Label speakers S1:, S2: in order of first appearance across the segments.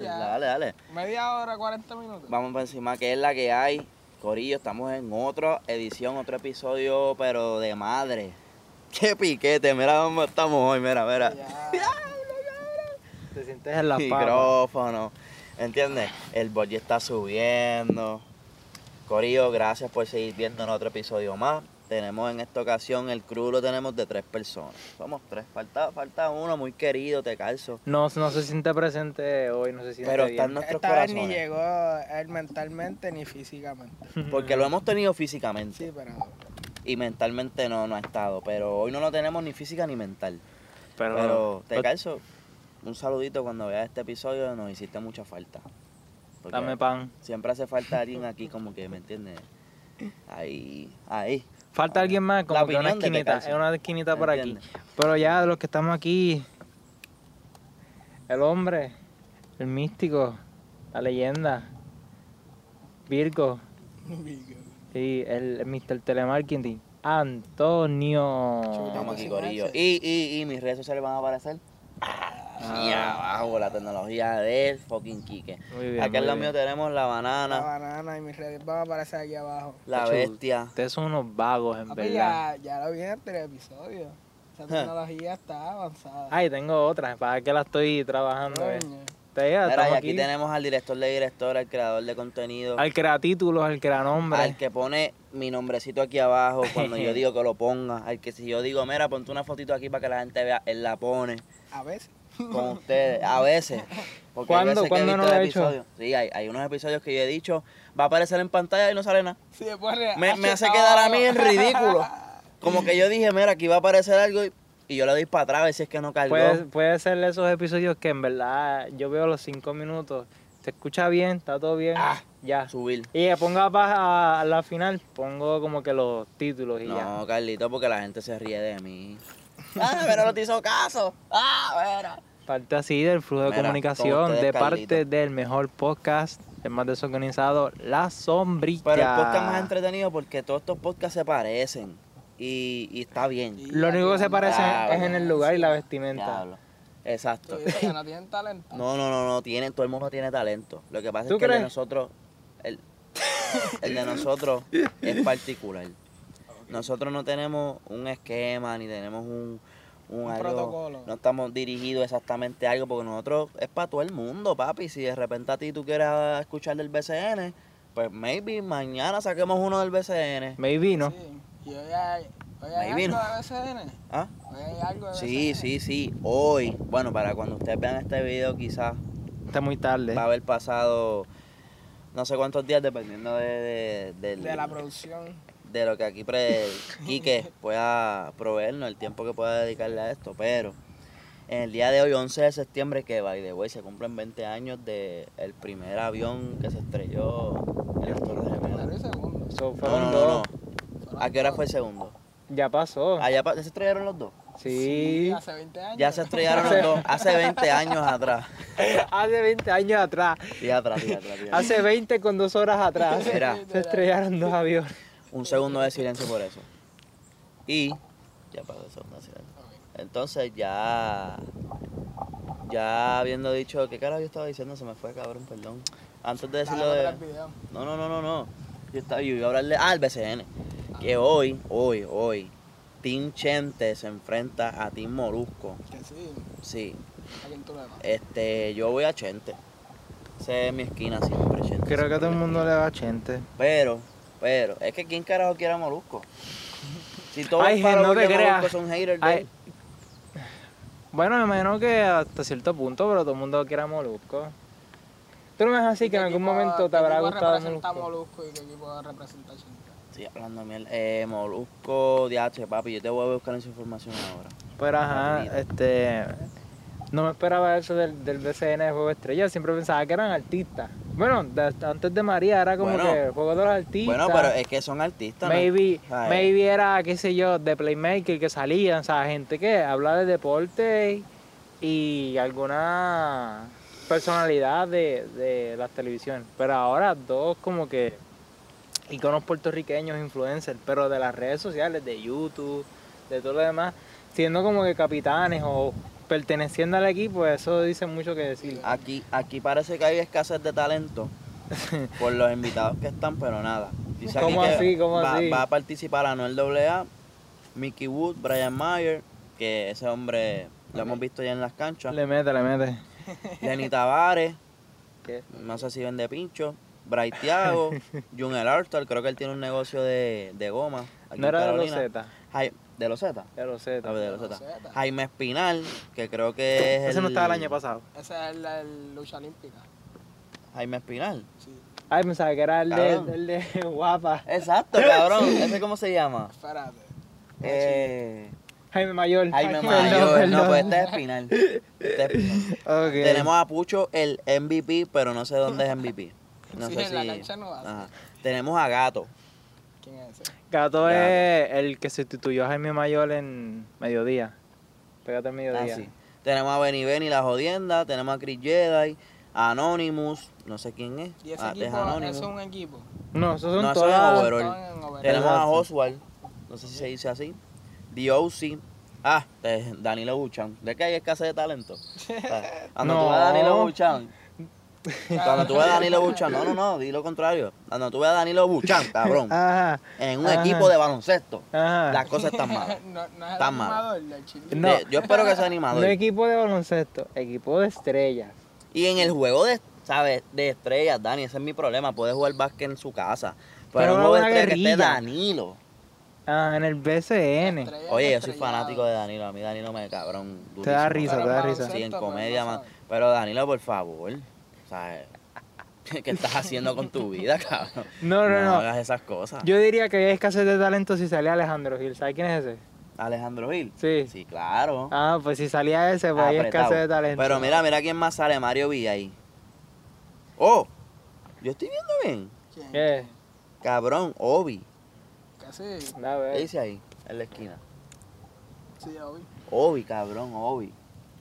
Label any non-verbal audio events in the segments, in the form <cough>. S1: Ya.
S2: Dale, dale.
S1: Media hora, 40 minutos.
S2: Vamos para encima, que es la que hay. Corillo, estamos en otra edición, otro episodio, pero de madre. <laughs> Qué piquete, mira dónde estamos hoy, mira, mira.
S3: Te sientes en la papa.
S2: Micrófono, ¿entiendes? El boy está subiendo. Corillo, gracias por seguir viendo otro episodio más. Tenemos en esta ocasión el crew lo tenemos de tres personas. Somos tres. Falta, falta uno muy querido, te calzo.
S3: No, no se siente presente hoy, no se siente
S2: Pero está en
S3: bien.
S2: nuestros
S1: Esta vez ni
S2: corazones.
S1: llegó él mentalmente ni físicamente.
S2: Porque lo hemos tenido físicamente.
S1: Sí, pero <laughs>
S2: y mentalmente no, no ha estado. Pero hoy no lo tenemos ni física ni mental. Pero, te
S3: Pues
S2: calzo. Un saludito cuando veas este episodio, nos hiciste mucha falta. Porque
S3: Dame pan.
S2: siempre hace falta alguien aquí como que, ¿me entiendes? Ahí, ahí.
S3: Falta alguien más, como
S2: La
S3: que una
S2: opinión de
S3: esquinita,
S2: Tecalcio.
S3: es una esquinita por aquí.
S2: ¿Entiendes?
S3: Pero ya los que estamos aquí, el hombre, el místico, la leyenda, Virgo y el Mr. Telemarketing, Antonio.
S2: Estamos aquí,
S1: Entonces,
S2: Corillo.
S1: gracias.
S2: Y, y, y mis redes sociales van a aparecer.
S3: Ah.
S2: Aquí abajo, la tecnología del fucking Quique.
S3: Muy bien,
S2: Aquí al
S3: muy
S2: lado
S3: bien.
S2: mío tenemos la
S1: la
S2: banana,
S1: banana y mis redes van a aparecer aquí abajo.
S2: la
S3: Pacho,
S2: bestia.
S3: Ustedes son unos vagos, en
S1: Papi,
S3: verdad.
S1: ya, ya lo vi en el teleepisodio. Esa tecnología está avanzada.
S3: Ay, tengo otra, para que la estoy trabajando. eh.
S1: Coño.
S3: Te digo,
S2: Mira, y
S3: estamos
S2: aquí, tenemos al director de director, al creador de contenido.
S3: Al que era títulos, al que era nombre.
S2: Al que pone mi nombrecito aquí abajo cuando
S3: <laughs>
S2: yo digo que lo ponga. Al que si yo digo, mira, ponte una fotito aquí para que la gente vea, él la pone
S1: A veces.
S3: <laughs>
S2: con ustedes. A veces. Porque hay veces
S3: ¿Cuándo?
S2: que he
S3: ¿Cuándo
S2: visto
S3: no lo
S2: el
S3: ha hecho?
S2: episodio. Sí, hay, hay unos episodios que yo he dicho, va a aparecer en pantalla y no sale nada.
S1: Si me pone
S3: Ah,
S2: Me,
S1: H
S2: me hace
S1: abajo.
S2: quedar a mí en
S1: <laughs>
S3: <laughs>
S2: ridículo. Como que yo dije, mira, aquí va a aparecer algo y, y yo le doy para atrás a ver si es que no cargó.
S3: Puede, puede ser de esos episodios que en verdad yo veo los cinco minutos. Se escucha bien, está todo bien.
S2: Ah.
S3: ya.
S2: subir.
S3: Y que ponga pa- a, a la final, pongo como que los títulos y ya.
S2: No, Carlito, porque la gente se ríe de
S3: <laughs>
S2: mí. Ah, pero no te hizo caso. Ah, mira.
S3: Parte así del flujo de
S2: Mira, con
S3: comunicación
S2: ustedes,
S3: de
S2: Carlitos.
S3: parte del mejor podcast, el más desorganizado, La Sombrilla.
S2: Pero el podcast más entretenido porque todos estos podcasts se parecen. Y, y está bien.
S3: Lo único que se parece
S2: Diablo.
S3: es en el lugar y la vestimenta.
S2: Diablo. Exacto.
S1: Tú dices que no tienen talento.
S2: No, no, no, no. Tienen, todo el mundo tiene talento. Lo que pasa es
S3: ¿Tú
S2: que el de
S3: crees?
S2: nosotros. El, <laughs> el de nosotros es particular. Nosotros no tenemos un esquema ni tenemos un. Un,
S1: Un
S2: algo-
S1: protocolo.
S2: No estamos dirigidos exactamente a algo porque nosotros es para todo el mundo, papi. Si de repente a ti tú quieres escuchar del BCN, pues maybe mañana saquemos uno del BCN.
S3: Maybe, ¿no?
S1: Sí. Y hoy hay, hoy hay
S2: Maybe
S1: algo
S2: no.
S1: de BCN.
S2: ¿Ah?
S1: Hoy hay algo de
S2: Sí,
S1: BCN.
S2: sí, sí. Hoy, bueno, para cuando ustedes vean este video, quizás
S3: Está muy tarde.
S2: va a haber pasado no sé cuántos días, dependiendo de, de, del-
S1: De la producción.
S2: de lo que aquí pre Quique
S1: <laughs>
S2: pueda proveernos, el tiempo que pueda dedicarle a esto. Pero en el día de hoy, 11 de septiembre, que by the way, se cumplen 20 años del el primer avión que se estrelló en las Torres Gemelas.
S1: Primero y segundo.
S3: So,
S2: No,
S3: fueron
S2: no, no,
S3: dos.
S2: no. ¿A qué hora fue el segundo?
S3: Ya pasó.
S2: ¿Allá pa- se estrellaron los dos?
S3: Sí.
S1: Hace 20 años.
S2: Ya se estrellaron los dos hace 20 años atrás.
S3: <laughs> Hace 20 años atrás.
S2: Y atrás, y atrás, y atrás.
S3: Hace 20 con dos horas <laughs> atrás.
S2: Mira.
S3: Se estrellaron dos aviones.
S2: Un segundo de silencio por eso. Y ya pasó el segundo de silencio. Entonces ya ya habiendo dicho qué carajo yo estaba diciendo se me fue cabrón, perdón. Antes de decirlo
S1: Dale,
S2: de
S1: otro video.
S2: No, no, no, no, no. Yo estaba yo iba a hablarle al BCN que hoy, hoy, hoy Team Chente se enfrenta a Team Molusco.
S1: Que sí.
S2: Sí.
S1: ¿A quién tú le vas?
S2: Este, yo voy a Chente. Esa es mi esquina siempre, Chente.
S3: Creo que
S2: siempre
S3: todo el
S2: mi
S3: mundo
S2: esquina.
S3: le va a Chente.
S2: Pero, pero, es que ¿quién carajo quiere a Molusco? Si todos
S3: Ay,
S2: los
S3: no te
S2: de Molusco
S3: creas.
S2: son haters de
S3: Ay.
S2: él.
S3: Bueno, me imagino que hasta cierto punto, pero todo el mundo quiere a Molusco. Tú no me vas a decir que en
S1: ¿Qué
S3: algún
S1: equipo-
S3: momento
S1: qué
S3: te habrá
S1: equipo
S3: gustado
S1: representa
S3: Molusco.
S1: Molusco y qué equipo representa Chente?
S2: Estoy hablando mierda. Eh, Molusco, DH, papi, yo te voy a buscar esa información ahora.
S3: Pero ajá, este. No me esperaba eso del, del BCN de Juego de Estrella. Siempre pensaba que eran artistas. Bueno, de- antes de María era como
S2: Bueno.
S3: que Juego de los Artistas.
S2: Bueno, pero es que son artistas, ¿no?
S3: Maybe,
S2: Ay.
S3: maybe era, qué sé yo, de Playmaker que salían, o sea, gente que habla de deporte y, y alguna personalidad de, de las televisiones. Pero ahora dos como que iconos puertorriqueños, influencers, pero de las redes sociales, de YouTube, de todo lo demás, siendo como que capitanes o perteneciendo al equipo, eso dice mucho que decir.
S2: Aquí, aquí parece que hay escasez de
S3: <laughs>
S2: talento por los invitados que están, pero nada. Dice aquí
S3: ¿Cómo
S2: que
S3: así? ¿Cómo
S2: va,
S3: así?
S2: va a participar Anuel AA, Mickey Wood, Brian Mayer, que ese hombre lo hemos visto ya en las canchas.
S3: Le mete, le mete.
S2: Lenny Tavares,
S3: ¿Qué?
S2: no sé si vende pincho. Bray
S3: <laughs>
S2: Thiago, Jun El Arthur, creo que él tiene un negocio de, de goma. aquí
S3: No
S2: en
S3: era de los
S2: Carolina.
S3: Z.
S2: Jai- ¿De los Z?
S3: De los Z.
S2: Ah, de los
S1: De los
S2: Z.
S1: Z.
S2: Jaime Espinal, que creo que es.
S3: Ese no estaba el año
S2: el-
S3: pasado.
S1: Esa es la lucha olímpica.
S2: Jaime Espinal.
S1: Sí.
S3: Ay, pensaba que era el de,
S2: Cabrón.
S3: el de <laughs> guapa.
S2: Exacto,
S3: <laughs>
S2: cabrón. ¿Ese cómo se llama?
S1: Espérate.
S2: Eh,
S3: Jaime Mayor.
S2: Jaime
S3: Ay,
S2: Mayor.
S3: perdón,
S2: No,
S3: perdón.
S2: pues este es Espinal. Este es Espinal.
S3: <laughs> Ok.
S2: Tenemos a Pucho el MVP, pero no sé dónde es MVP. No
S1: Sí,
S2: sé
S1: en
S2: si. ah.
S1: la cancha no hace.
S2: Ajá. Tenemos a Gato.
S1: ¿Quién es ese?
S3: Gato
S2: Gato.
S3: es el que sustituyó a Jaime Mayor en mediodía. Pégate en
S2: Ah,
S3: mediodía.
S2: sí. Tenemos a Benny Benny la jodienda. Tenemos a Chris Jedi. Anonymous. No sé quién es.
S1: Y ese
S2: Ah, es
S1: equipo,
S2: Anonymous.
S1: es un equipo.
S3: No, esos son
S2: No, eso es
S3: todas.
S2: Overall.
S1: Estaban en overall.
S2: Tenemos a
S3: Exacto.
S2: Oswald, no sé si se dice así, D.O.C., ah, eh, Danilo Buchan. ¿Ves que hay escasez de
S1: <laughs>
S2: talento? O sea, Cuando tú
S3: No.
S2: ves a Danilo Buchan, cuando tú ves a Danilo Buchan, no, no, no, di lo contrario. Cuando tú ves a Danilo Buchan, cabrón,
S3: Ajá,
S2: en un
S3: Ajá.
S2: equipo de baloncesto,
S3: ajá.
S2: las cosas están malas.
S1: No, no es el
S2: Está mal.
S1: animador del chilito.
S3: No.
S2: Eh, Yo espero que sea
S3: No
S2: animador.
S3: equipo de baloncesto, equipo de estrellas.
S2: Y en el juego de, ¿sabes? De estrellas, Dani, ese es mi problema. Puedes jugar básquet en su casa. Pero,
S3: Pero
S2: un juego de
S3: una
S2: estrellas que esté
S3: guerrilla.
S2: Danilo.
S3: Ah, en el BCN.
S1: Estrella
S2: Oye, yo soy
S1: estrellado.
S2: fanático de Danilo. A mí Danilo me cabrón.
S3: Te da
S2: durísimo,
S3: risa,
S2: cabrón.
S3: te da
S1: Pero
S3: risa.
S2: Sí, en
S1: baloncesto, pues,
S2: comedia,
S1: no
S2: man.
S1: sabe.
S2: Pero Danilo, por favor. O sea, <laughs> ¿qué estás haciendo con tu vida, cabrón?
S3: No, no, no.
S2: hagas esas cosas.
S3: Yo diría que hay escasez de talento si salía Alejandro Gil. ¿Sabes quién es ese?
S2: Alejandro Gil.
S3: Sí.
S2: Sí, claro.
S3: Ah, pues si salía ese, pues hay
S2: Apretado.
S3: escasez de talento.
S2: Pero mira, mira quién más sale. Mario Villa ahí. Oh, yo estoy viendo bien.
S1: ¿Quién?
S3: ¿Qué?
S2: Cabrón, Obi.
S1: Casi. Sí,
S3: Anda, a
S2: ¿Qué
S3: ver.
S2: dice ahí? En la esquina.
S1: obvio.
S2: Obi, cabrón, Obi.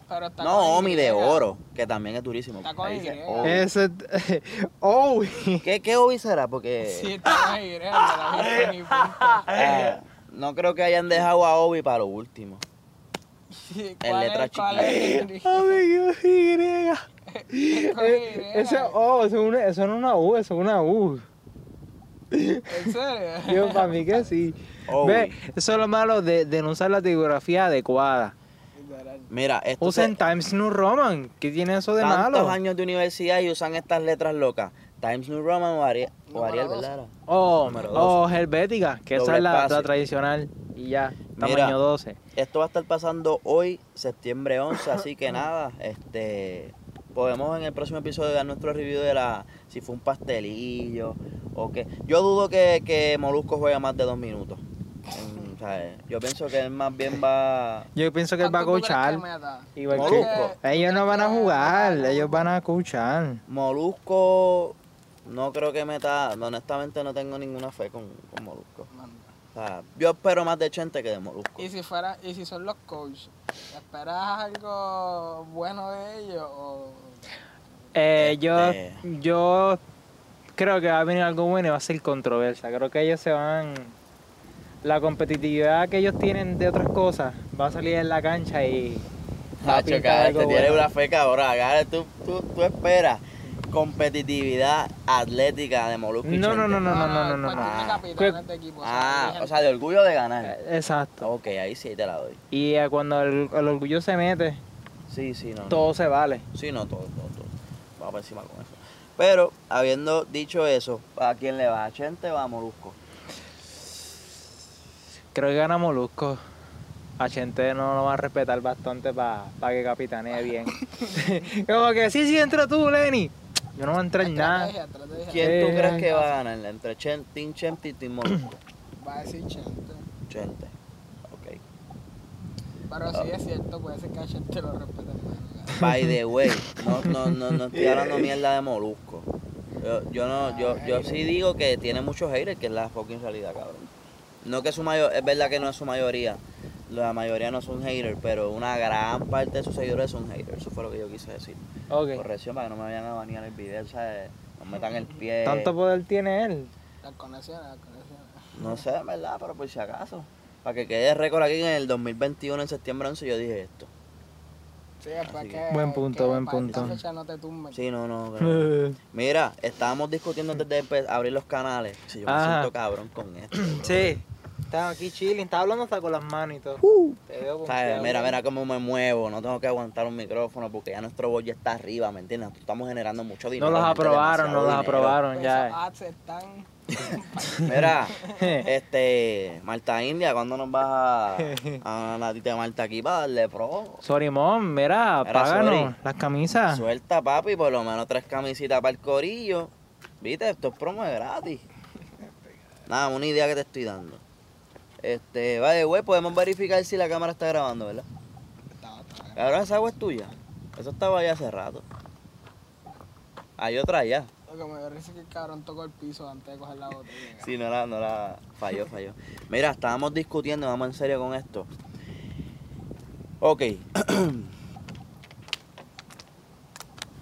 S1: Pero está
S2: No,
S1: con
S2: Omi
S1: Y.
S2: de oro, que también es durísimo.
S1: Está con
S2: Ahí dice
S1: Y.
S2: Obi.
S3: Ese. <laughs> ¡Oh!
S2: ¿Qué, ¿Qué Obi será? Porque...
S1: Sí, está con Y. de la Virgen
S2: <laughs>
S1: y punto.
S2: Ah, no creo que hayan dejado a Obi para lo último.
S1: Sí,
S2: En
S1: ¿cuál
S2: letra
S1: es- cuál es <laughs> el-
S3: ¡Oh, Y!
S1: con Y?
S3: Eh, Ese O, eso es una- eso no es una U, eso es una U.
S1: ¿En serio?
S3: Yo, para mí que sí.
S2: Obi.
S3: Ve, eso es lo malo de, de no usar la tipografía adecuada.
S1: Literal.
S2: Mira, esto
S3: Usen Times New Roman. ¿Qué tiene eso de
S2: tantos
S3: malo?
S2: años de universidad y usan estas letras locas. Times New Roman o Ariel, o
S1: Número
S2: Ariel
S1: dos.
S2: ¿verdad?
S3: O
S2: Número
S3: oh, Helvética, que esa
S2: Doble
S3: es la,
S2: pase.
S3: la tradicional. Y ya, tamaño
S2: Mira.
S3: 12.
S2: Esto va a estar pasando hoy, septiembre 11, así que nada, este podemos en el próximo episodio dar nuestro review de la si fue un pastelillo o qué. Yo dudo que, que Molusco juegue más de dos minutos. Mm, o sea, Yo pienso que él más bien va...
S3: Yo pienso que él va a
S1: ¿Cuánto tú crees
S3: coachar.
S1: que meta?
S3: Igual
S1: ¿Tú
S3: que-
S2: Molusco.
S1: crees-
S3: Ellos
S1: tú
S3: no
S1: crees
S3: van a
S1: que
S3: jugar,
S1: meta?
S3: ellos van a coachar.
S2: Molusco, no creo que meta, honestamente no tengo ninguna fe con, con Molusco. O sea, yo espero más de Chente que de Molusco.
S1: Y si fuera, y si son los coaches, ¿esperas algo bueno de ellos? O...
S3: Eh, yo,
S2: Este.
S3: yo creo que va a venir algo bueno y va a ser controversia. Creo que ellos se van. La competitividad que ellos tienen de otras cosas va a salir en la cancha y. va a
S2: Nacho,
S3: pintar
S2: Gareth,
S3: algo
S2: te tiene
S3: bueno.
S2: una feca ahora. Gareth, tú, tú, tú esperas competitividad atlética de Molusco. y
S3: No, no,
S2: Chente.
S3: no, no, no, no, no, no.
S1: cuestión de
S2: Ah.
S1: capitanes de equipo, o sea,
S2: Ah,
S1: dirigen-
S2: o sea, de orgullo de ganar. Ah,
S3: Eh, Exacto.
S2: Ok, ahí sí te la doy.
S3: Y eh, cuando el, el orgullo se mete,
S2: Sí, sí, no. no.
S3: todo se vale.
S2: Sí, no, todo, todo, todo. Vamos por encima con eso. Pero, habiendo dicho eso, ¿a quién le va? ¿A Chente o a Molusco?
S3: Creo que gana Molusco. A Chente no lo va a respetar bastante para que
S2: <laughs>
S3: capitanee bien. <laughs> Como que sí, sí, entra tú, Lenny. Yo no voy a entrar en nada.
S1: estrategia, estrategia.
S2: ¿Quién
S3: Eh,
S2: tú crees que va a ganar entre Chen- Team Chente y Team
S3: <clears throat>
S2: Molusco?
S1: Va a decir Chente.
S2: Chente. Ok.
S1: Pero sí es cierto, puede ser que a Chente lo respete menos.
S2: By
S3: <laughs>
S2: the way, no, no, no, no estoy hablando mierda de Molusco. Yo, yo no, yo, yo sí digo que tiene muchos haters, que es la fucking realidad, cabrón. No que su mayor, es verdad que no es su mayoría. La mayoría no son haters, pero una gran parte de sus seguidores son haters. Eso fue lo que yo quise decir.
S3: Ok.
S2: Corrección para que no me vayan a banear el video, ¿sabes? No metan el pie.
S3: Tanto poder tiene él.
S1: Las conexiones, las conexiones.
S2: No sé, en verdad, pero por si acaso. Para que quede récord aquí que en el 2021, en septiembre 11, yo dije esto.
S1: Sí, es
S2: Así
S1: que,
S3: Buen punto,
S1: que
S3: buen
S1: para esta
S3: punto.
S1: fecha no te tumben.
S2: Sí, no, no. claro. Mira, estábamos discutiendo antes de empe- abrir los canales. Si yo me
S3: Ajá.
S2: siento cabrón con esto. bro.
S3: Sí. Estaba aquí chilling, estaba hablando hasta con las manos y todo. Te veo
S2: O sea,
S3: pompeado.
S2: Mira, mira cómo me muevo, no tengo que aguantar un micrófono porque ya nuestro bol ya está arriba, ¿me entiendes? Nosotros Estamos generando mucho dinero.
S3: No los
S2: gente,
S3: aprobaron, no los
S2: demasiado dinero.
S3: aprobaron ya.
S1: ads están...
S3: <laughs>
S2: Mira, este, Marta India, ¿cuándo nos vas a,
S3: <laughs>
S2: a la tita Marta aquí para darle pro?
S3: Sorry, mom, mira,
S2: Mira,
S3: páganos
S2: sorry.
S3: las camisas.
S2: Suelta, papi, por lo menos tres camisitas para el corillo. Viste, esto es promo de gratis. Nada, una idea que te estoy dando. Este, vaya, güey, podemos verificar si la cámara está grabando, ¿verdad?
S1: Está- está-
S2: Cabrón, esa agua es tuya. Eso estaba allá hace rato. Hay otra allá.
S1: Lo que me parece que el cabrón tocó el piso antes de coger la botella.
S2: Sí, no la, no la. Falló, falló. Mira, estábamos discutiendo, vamos en serio con esto. Ok. <clears throat>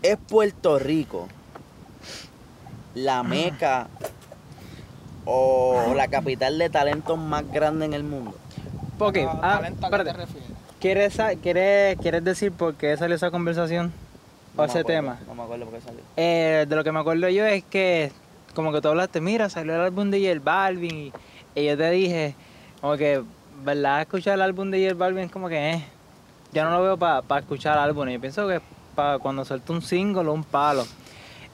S2: ¿Es Puerto Rico
S3: Ah.
S2: la meca o la capital de talentos más grande en el mundo?
S3: Ok,
S1: No,
S3: ah,
S1: talento, ¿a qué te
S3: espérate.
S1: refieres?
S3: ¿Quieres, sa- quieres, ¿Quieres decir por qué salió esa conversación?
S2: No
S3: O
S2: me
S3: ese
S2: acuerdo,
S3: tema.
S2: No me acuerdo por qué salió.
S3: Eh, de lo que me acuerdo yo es que, como que tú hablaste, mira, salió el álbum de J Balvin y, y yo te dije, como que, ¿verdad? Escuchar el álbum de J Balvin es como que, eh, yo no lo veo para escuchar álbumes, yo pienso que es para cuando suelta un single o un palo.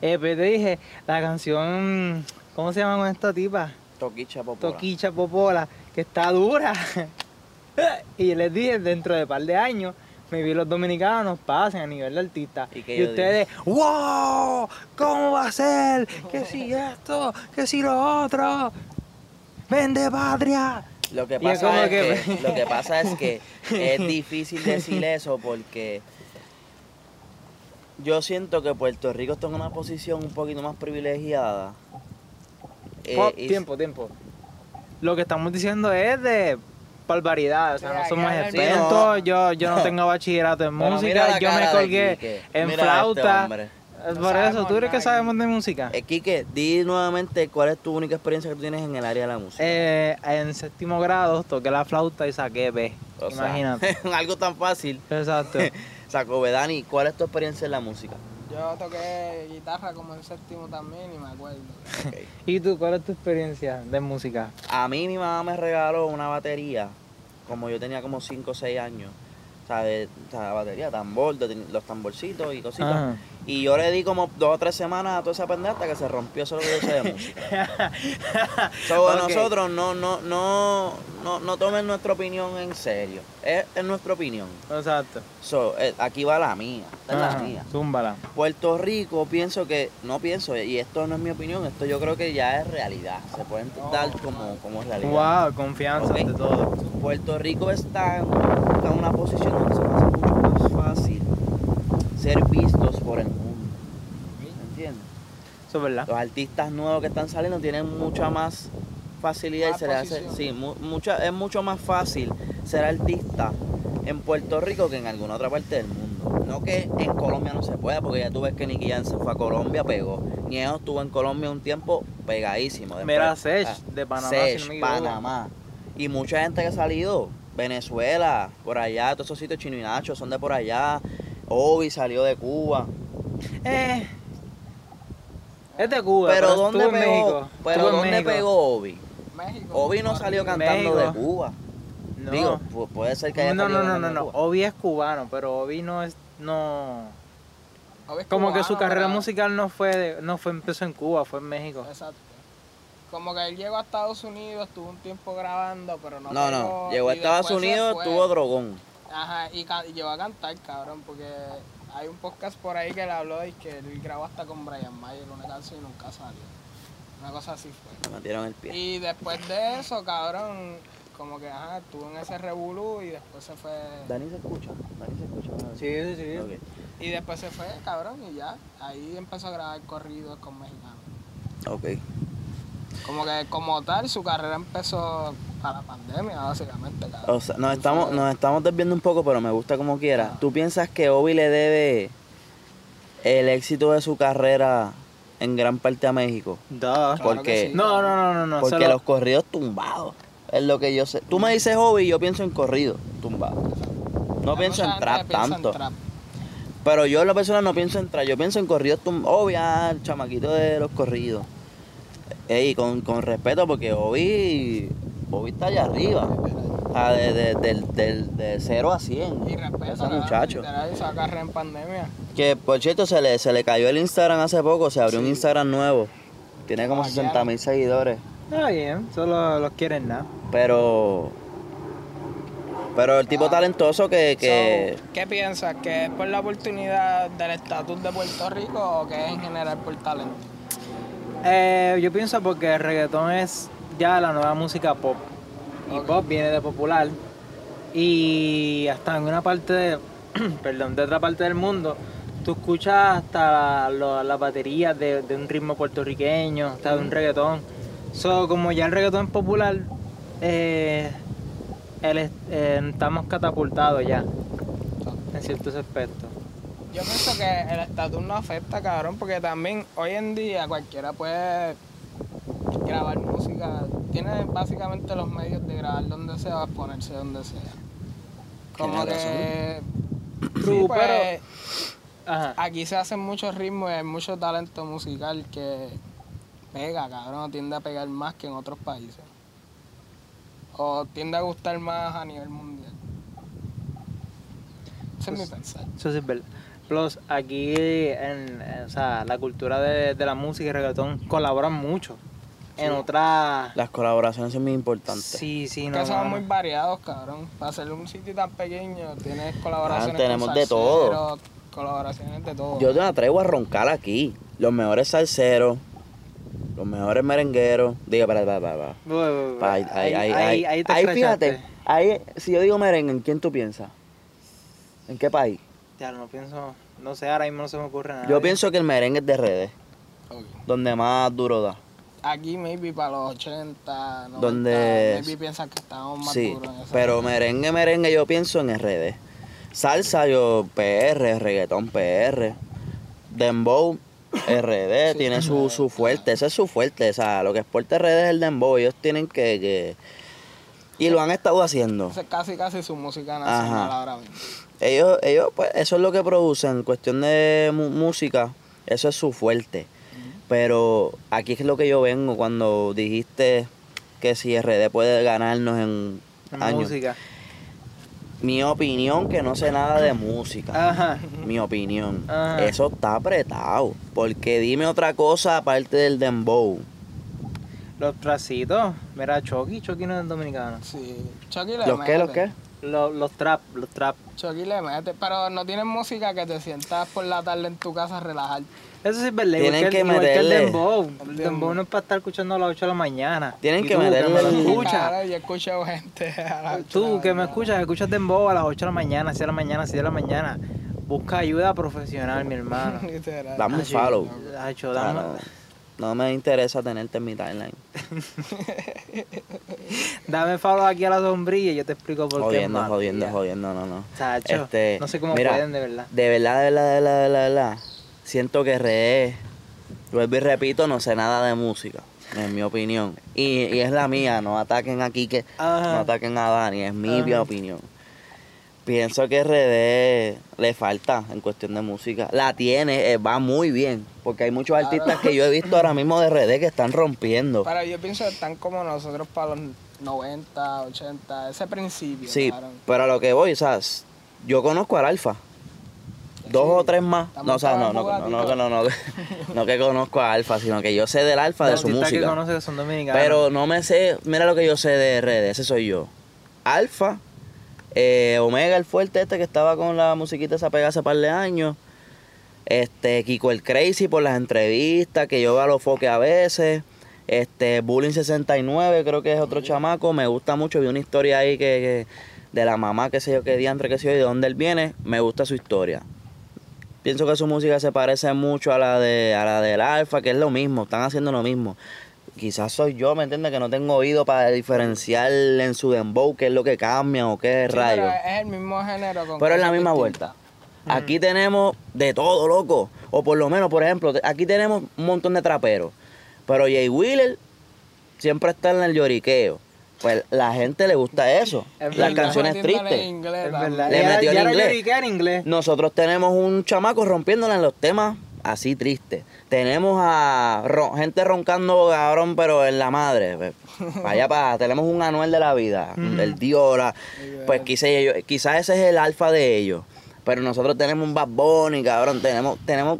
S3: Eh, pero yo te dije, la canción, ¿cómo se llama con esta tipa?
S2: Toquicha Popola.
S3: Toquicha Popola, que está dura. <laughs> y yo les dije, dentro de un par de años, me vi los dominicanos pasen a nivel de artista.
S2: ¿Y
S3: Y,
S2: qué yo
S3: ustedes, ¡wow! ¿Cómo va
S2: <laughs>
S3: a ser? ¿Qué si esto? ¿Qué si lo otro? ¡Vende patria!
S2: Lo
S3: Y
S2: que
S3: es
S2: pasa
S3: como
S2: es que,
S3: <laughs> que-
S2: lo que pasa es que es difícil decir eso porque yo siento que Puerto Rico está en una posición un poquito más privilegiada. Eh,
S3: Po-
S2: y-
S3: tiempo, tiempo. Lo que estamos diciendo es de barbaridad, o sea,
S1: Sí,
S3: no
S1: hay
S3: somos
S1: que hablar
S2: bien.
S3: expertos,
S2: Sí, no.
S3: yo, yo
S2: <laughs>
S3: no tengo bachillerato en
S2: Pero mira
S3: música,
S2: la
S3: yo me
S2: cara de
S3: colgué
S2: Quique. Mira a
S3: en
S2: este
S3: flauta. Eh,
S2: hombre.
S3: Por eso,
S1: sabemos
S3: ¿tú crees que
S1: nada.
S3: sabemos de música?
S2: Eh, Quique, di nuevamente cuál es tu única experiencia que tú tienes en el área de la música.
S3: Eh, en séptimo grado toqué la flauta y saqué B.
S2: O sea, <laughs>
S3: Imagínate.
S2: algo tan fácil.
S3: Exacto.
S2: Saco, Dani, ¿cuál es tu experiencia en la música?
S1: Yo toqué guitarra como en séptimo también y me acuerdo.
S2: Ok.
S3: ¿Y tú cuál es tu experiencia de música?
S2: A mí mi mamá me regaló una batería, como yo tenía como 5 o 6 años. O sea, de- o sea, batería, tambor, de- los tamborcitos y cositas.
S3: Ajá.
S2: Y yo le di como dos o tres semanas a toda esa pendeja hasta que se rompió eso es lo que yo sé de música.
S3: <laughs>
S2: so, a
S3: Ok.
S2: nosotros no, no, no, no, no tomen nuestra opinión en serio. Es, es nuestra opinión.
S3: Exacto.
S2: So, eh, aquí va la mía. Esta es la
S3: Ajá,
S2: mía.
S3: Zúmbala.
S2: Puerto Rico, pienso que, no pienso, y esto no es mi opinión, esto yo creo que ya es realidad. Se pueden dar como, como realidad.
S3: Wow, confianza
S2: Ok.
S3: ante todo.
S2: Puerto Rico está en está en una posición donde se me hace mucho más fácil ser vistos por el mundo. ¿Me entiendes?
S3: Eso es verdad.
S2: Los artistas nuevos que están saliendo tienen mucha más facilidad y
S1: Más
S2: se les hace.
S1: posición.
S2: Sí, mu- mucha, es mucho más fácil ser artista en Puerto Rico que en alguna otra parte del mundo. No que en Colombia no se pueda, porque ya tú ves que Nicky Jam se fue a Colombia, pegó. Niego estuvo en Colombia un tiempo pegadísimo. Después-
S3: Mira, Sech,
S2: ah,
S3: de Panamá.
S2: Sech,
S3: si no me equivoco.
S2: Panamá. Y mucha gente que ha salido, Venezuela, por allá, todos esos sitios, Chino y Nacho son de por allá. Obi salió de Cuba.
S3: Eh, es de Cuba.
S2: pero
S3: estuvo
S2: ¿dónde
S3: en
S2: pegó?
S3: México,
S2: Pero
S3: estuvo en
S2: ¿dónde
S3: México.
S2: pegó Obi?
S1: México.
S2: Obi no
S1: Puerto
S2: salió
S1: Rico.
S2: cantando
S3: México.
S2: de Cuba.
S3: No.
S2: Digo, pu- puede ser que haya
S3: no, no,
S2: salido
S3: no,
S2: cantando
S3: no,
S2: de
S3: no.
S2: Cuba.
S3: Obi es cubano, pero Obi no es. No.
S1: Obi es
S3: Como que su
S1: cubano,
S3: carrera
S1: pero-
S3: musical no fue, de- no fue empezó en Cuba, fue en México.
S1: Exacto. Como que él llegó a Estados Unidos, estuvo un tiempo grabando, pero no
S2: No,
S1: pegó,
S2: no. Llegó a
S1: y
S2: Estados
S1: después se
S2: Unidos,
S1: fue.
S2: tuvo drogón.
S1: Ajá, y, ca- y llegó a cantar, cabrón, porque hay un podcast por ahí que le habló y que él grabó hasta con Brian Mayer una canción y nunca salió. Una cosa así fue.
S2: Me metieron el pie.
S1: Y después de eso, cabrón, como que ajá, estuvo en ese revolú y después se fue.
S2: Dani se escucha. Dani se escucha.
S3: Sí, sí,
S2: Ok.
S1: Y después se fue, cabrón, y ya. Ahí empezó a grabar corridos con mexicanos.
S2: Ok.
S1: Como que como tal su carrera empezó para la pandemia, básicamente, cabrón.
S2: O sea, nos estamos, nos estamos desviando un poco, pero me gusta como quiera. ¿Tú piensas que Obi le debe el éxito de su carrera en gran parte a México?
S3: Duh.
S1: Claro
S2: porque-
S1: que sí,
S3: No, no, no, no, no.
S2: Porque
S3: solo-
S2: los corridos tumbados. Es lo que yo sé. Tú me dices Obi y yo pienso en corrido tumbado. No
S1: Hay
S2: pienso
S1: mucha
S2: en
S1: gente
S2: trap
S1: que piensa
S2: tanto.
S1: trap.
S2: Pero yo en la persona no pienso en trap, yo pienso en corridos tum Obvia, el chamaquito de los corridos. Ey, con, con respeto, porque Obi, Obi está allá arriba. O sea, de, de, del- del- de 0 a 100.
S1: Y respeto,
S2: Ese
S1: claro,
S2: muchacho.
S1: Literal, esa carrera en pandemia.
S2: Que por cierto, se le, se le cayó el Instagram hace poco, se abrió un Instagram nuevo. Tiene como
S1: Ah,
S2: 60 mil seguidores.
S3: Está bien, solo los quieren nada.
S2: Pero. Pero el tipo talentoso que. que
S1: Ah. So, ¿Qué piensas? ¿Que es por la oportunidad del estatus de Puerto Rico o que es en general por talento?
S3: Eh, yo pienso porque el reggaetón es ya la nueva música pop. Y
S1: Ok.
S3: pop viene de popular. Y hasta en una parte, de- <clears throat> perdón, de otra parte del mundo, tú escuchas hasta lo- las baterías de, de un ritmo puertorriqueño, hasta de un reggaetón. So, como ya el reggaetón es popular, eh, el es- eh, estamos catapultados ya, en ciertos aspectos.
S1: Yo pienso que el estatus no afecta, cabrón, porque también hoy en día cualquiera puede grabar música. Tiene básicamente los medios de grabar donde sea, exponerse donde sea. Como
S2: Tiene
S1: que.
S3: True,
S1: pues,
S3: pero- Ajá.
S1: aquí se hacen muchos ritmos y hay mucho talento musical que pega, cabrón, tiende a pegar más que en otros países. O tiende a gustar más a nivel mundial. Ese es mi pensar.
S3: Eso sí es verdad. Plus, aquí en, en- o sea, la cultura de, de la música y el reggaetón colaboran mucho. En otras.
S2: las colaboraciones son muy importantes.
S3: Sí, sí, no.
S1: que son
S3: no,
S1: muy
S3: no.
S1: variados, cabrón. Para ser un sitio tan pequeño, tienes colaboraciones.
S2: Ah, tenemos
S1: con
S2: de todo.
S1: salseros, Colaboraciones de todo.
S2: Yo te atrevo a roncar aquí. Los mejores salseros, los mejores merengueros. Diga, para, para, para.
S3: Bu- bu- bu-
S2: Ahí, ahí, ahí, ahí,
S3: ahí te
S2: ahí,
S3: escrachaste.
S2: fíjate, ahí, si yo digo merengue, ¿en quién tú piensas? ¿En qué país?
S3: Ya no pienso. No sé, ahora mismo no se me ocurre nada.
S2: Yo pienso que el merengue es de redes,
S1: Ok.
S2: donde más duro da.
S1: Aquí, maybe para los 80, 90,
S2: Donde-
S1: maybe piensan que estábamos más
S2: Sí,
S1: duros en esa
S2: pero merengue, merengue, yo pienso en redes. Salsa, yo PR, reggaetón, PR. Dembow, RD,
S1: Sí,
S2: tiene su, su fuerte, ese es su fuerte. O sea, lo que exporta RD es el dembow, ellos tienen que... que- Y lo han estado haciendo.
S1: Esa es casi, casi su música nacional
S2: Ajá.
S1: ahora mismo.
S2: Ellos, ellos, pues, eso es lo que producen. En cuestión de mu- música, eso es su fuerte. Pero aquí es lo que yo vengo cuando dijiste que si RD puede ganarnos en,
S3: En
S2: años.
S3: música.
S2: Mi opinión, que no sé nada de música.
S3: Ajá.
S2: Mi opinión.
S3: Ajá.
S2: Eso está apretado. Porque dime otra cosa aparte del dembow.
S3: Los tracitos. Mira, Chucky. Chucky no es dominicano.
S1: Sí. Chucky le
S2: ¿Los qué,
S1: mete.
S2: los qué?
S3: Los, los trap, los trap.
S1: Chucky le mete, pero no tienen música que te sientas por la tarde en tu casa a relajar.
S3: Eso sí es verdad.
S2: Tienen
S3: igual
S2: que
S3: el- igual el
S2: meterle.
S3: dembow. El dembow no es para estar escuchando a las 8 de la mañana.
S2: Tienen
S3: Y
S2: que
S3: tú, me lo
S2: meterle el-
S3: escuchas.
S1: Claro, yo he escuchado gente a las ocho de
S3: Tú
S1: la
S3: que me
S1: mañana.
S3: escuchas, escuchas dembow a las 8 de la mañana, 6 de la mañana, 7 de la mañana. Busca ayuda profesional, mi hermano.
S1: Literal.
S2: Dame un
S3: Así,
S2: follow.
S3: Hacho,
S2: Ah,
S3: dame,
S2: no, no me interesa tenerte en mi timeline.
S3: dame follow aquí a la sombrilla y yo te explico por qué.
S2: Jodiendo,
S3: mano.
S2: jodiendo,
S3: Ya.
S2: jodiendo, no, no.
S3: Sacho,
S2: Este,
S3: no sé cómo
S2: mira,
S3: pueden, de verdad.
S2: De verdad, de verdad, de verdad, de verdad, de verdad. Siento que re Vuelvo y repito, no sé nada de música, en mi opinión. Y, y es la mía, no ataquen a Quique,
S3: Ajá.
S2: no ataquen a Dani, es mi
S3: Ajá.
S2: opinión. Pienso que RD le falta en cuestión de música. La tiene, eh, va muy bien, porque hay muchos artistas que yo he visto ahora mismo de RD que están rompiendo.
S1: Pero yo pienso que están como nosotros para los 90, 80, ese principio.
S2: Sí,
S1: cabrón.
S2: pero a lo que voy, o sea, s- yo conozco al Alfa. Dos
S1: Sí,
S2: o tres más.
S1: estamos
S2: No, o sea, no, no,
S1: todos
S2: no, no, no, no, no que conozco a Alfa, sino que yo sé del Alfa de
S3: Los
S2: su
S3: artistas que
S2: música.
S3: conoce que son dominicanos.
S2: Pero no me sé, mira lo que yo sé de redes, ese soy yo. Alfa, eh, Omega el fuerte este que estaba con la musiquita esa pegada hace par de años. Este, Kiko el Crazy por las entrevistas, que yo a los foques a veces. Este, Bullying 69, creo que es otro chamaco, me gusta mucho. Vi una historia ahí que, que de la mamá, qué sé yo, qué diantre, qué sé yo, y de dónde él viene, me gusta su historia. Pienso que su música se parece mucho a la de a la del Alfa, que es lo mismo, están haciendo lo mismo. Quizás soy yo, ¿me entiendes? Que no tengo oído para diferenciar en su dembow qué es lo que cambia o qué
S1: Sí,
S2: rayo.
S1: pero es el mismo género. Con
S2: Pero es la
S1: cosas
S2: misma
S1: distintas.
S2: vuelta. Aquí tenemos de todo, loco. O por lo menos, por ejemplo, te- aquí tenemos un montón de traperos. Pero Jay Wheeler siempre está en el lloriqueo. Pues la gente le gusta eso.
S3: Es
S2: Las
S3: verdad.
S2: canciones
S1: Metiéndole
S2: tristes.
S1: inglés
S3: Es
S1: también.
S3: verdad.
S2: Le
S3: Ya-
S2: metió
S3: ya
S2: el
S3: lo
S2: inglés.
S3: lloriquea en inglés.
S2: Nosotros tenemos un chamaco rompiéndola en los temas así tristes. Tenemos a ro- gente roncando, cabrón, pero en la madre. pues, pa' allá para Tenemos un Anuel de la vida, el Diola. Pues quizás quizá ese es el alfa de ellos. Pero nosotros tenemos un Bad Bunny, cabrón. Tenemos, tenemos,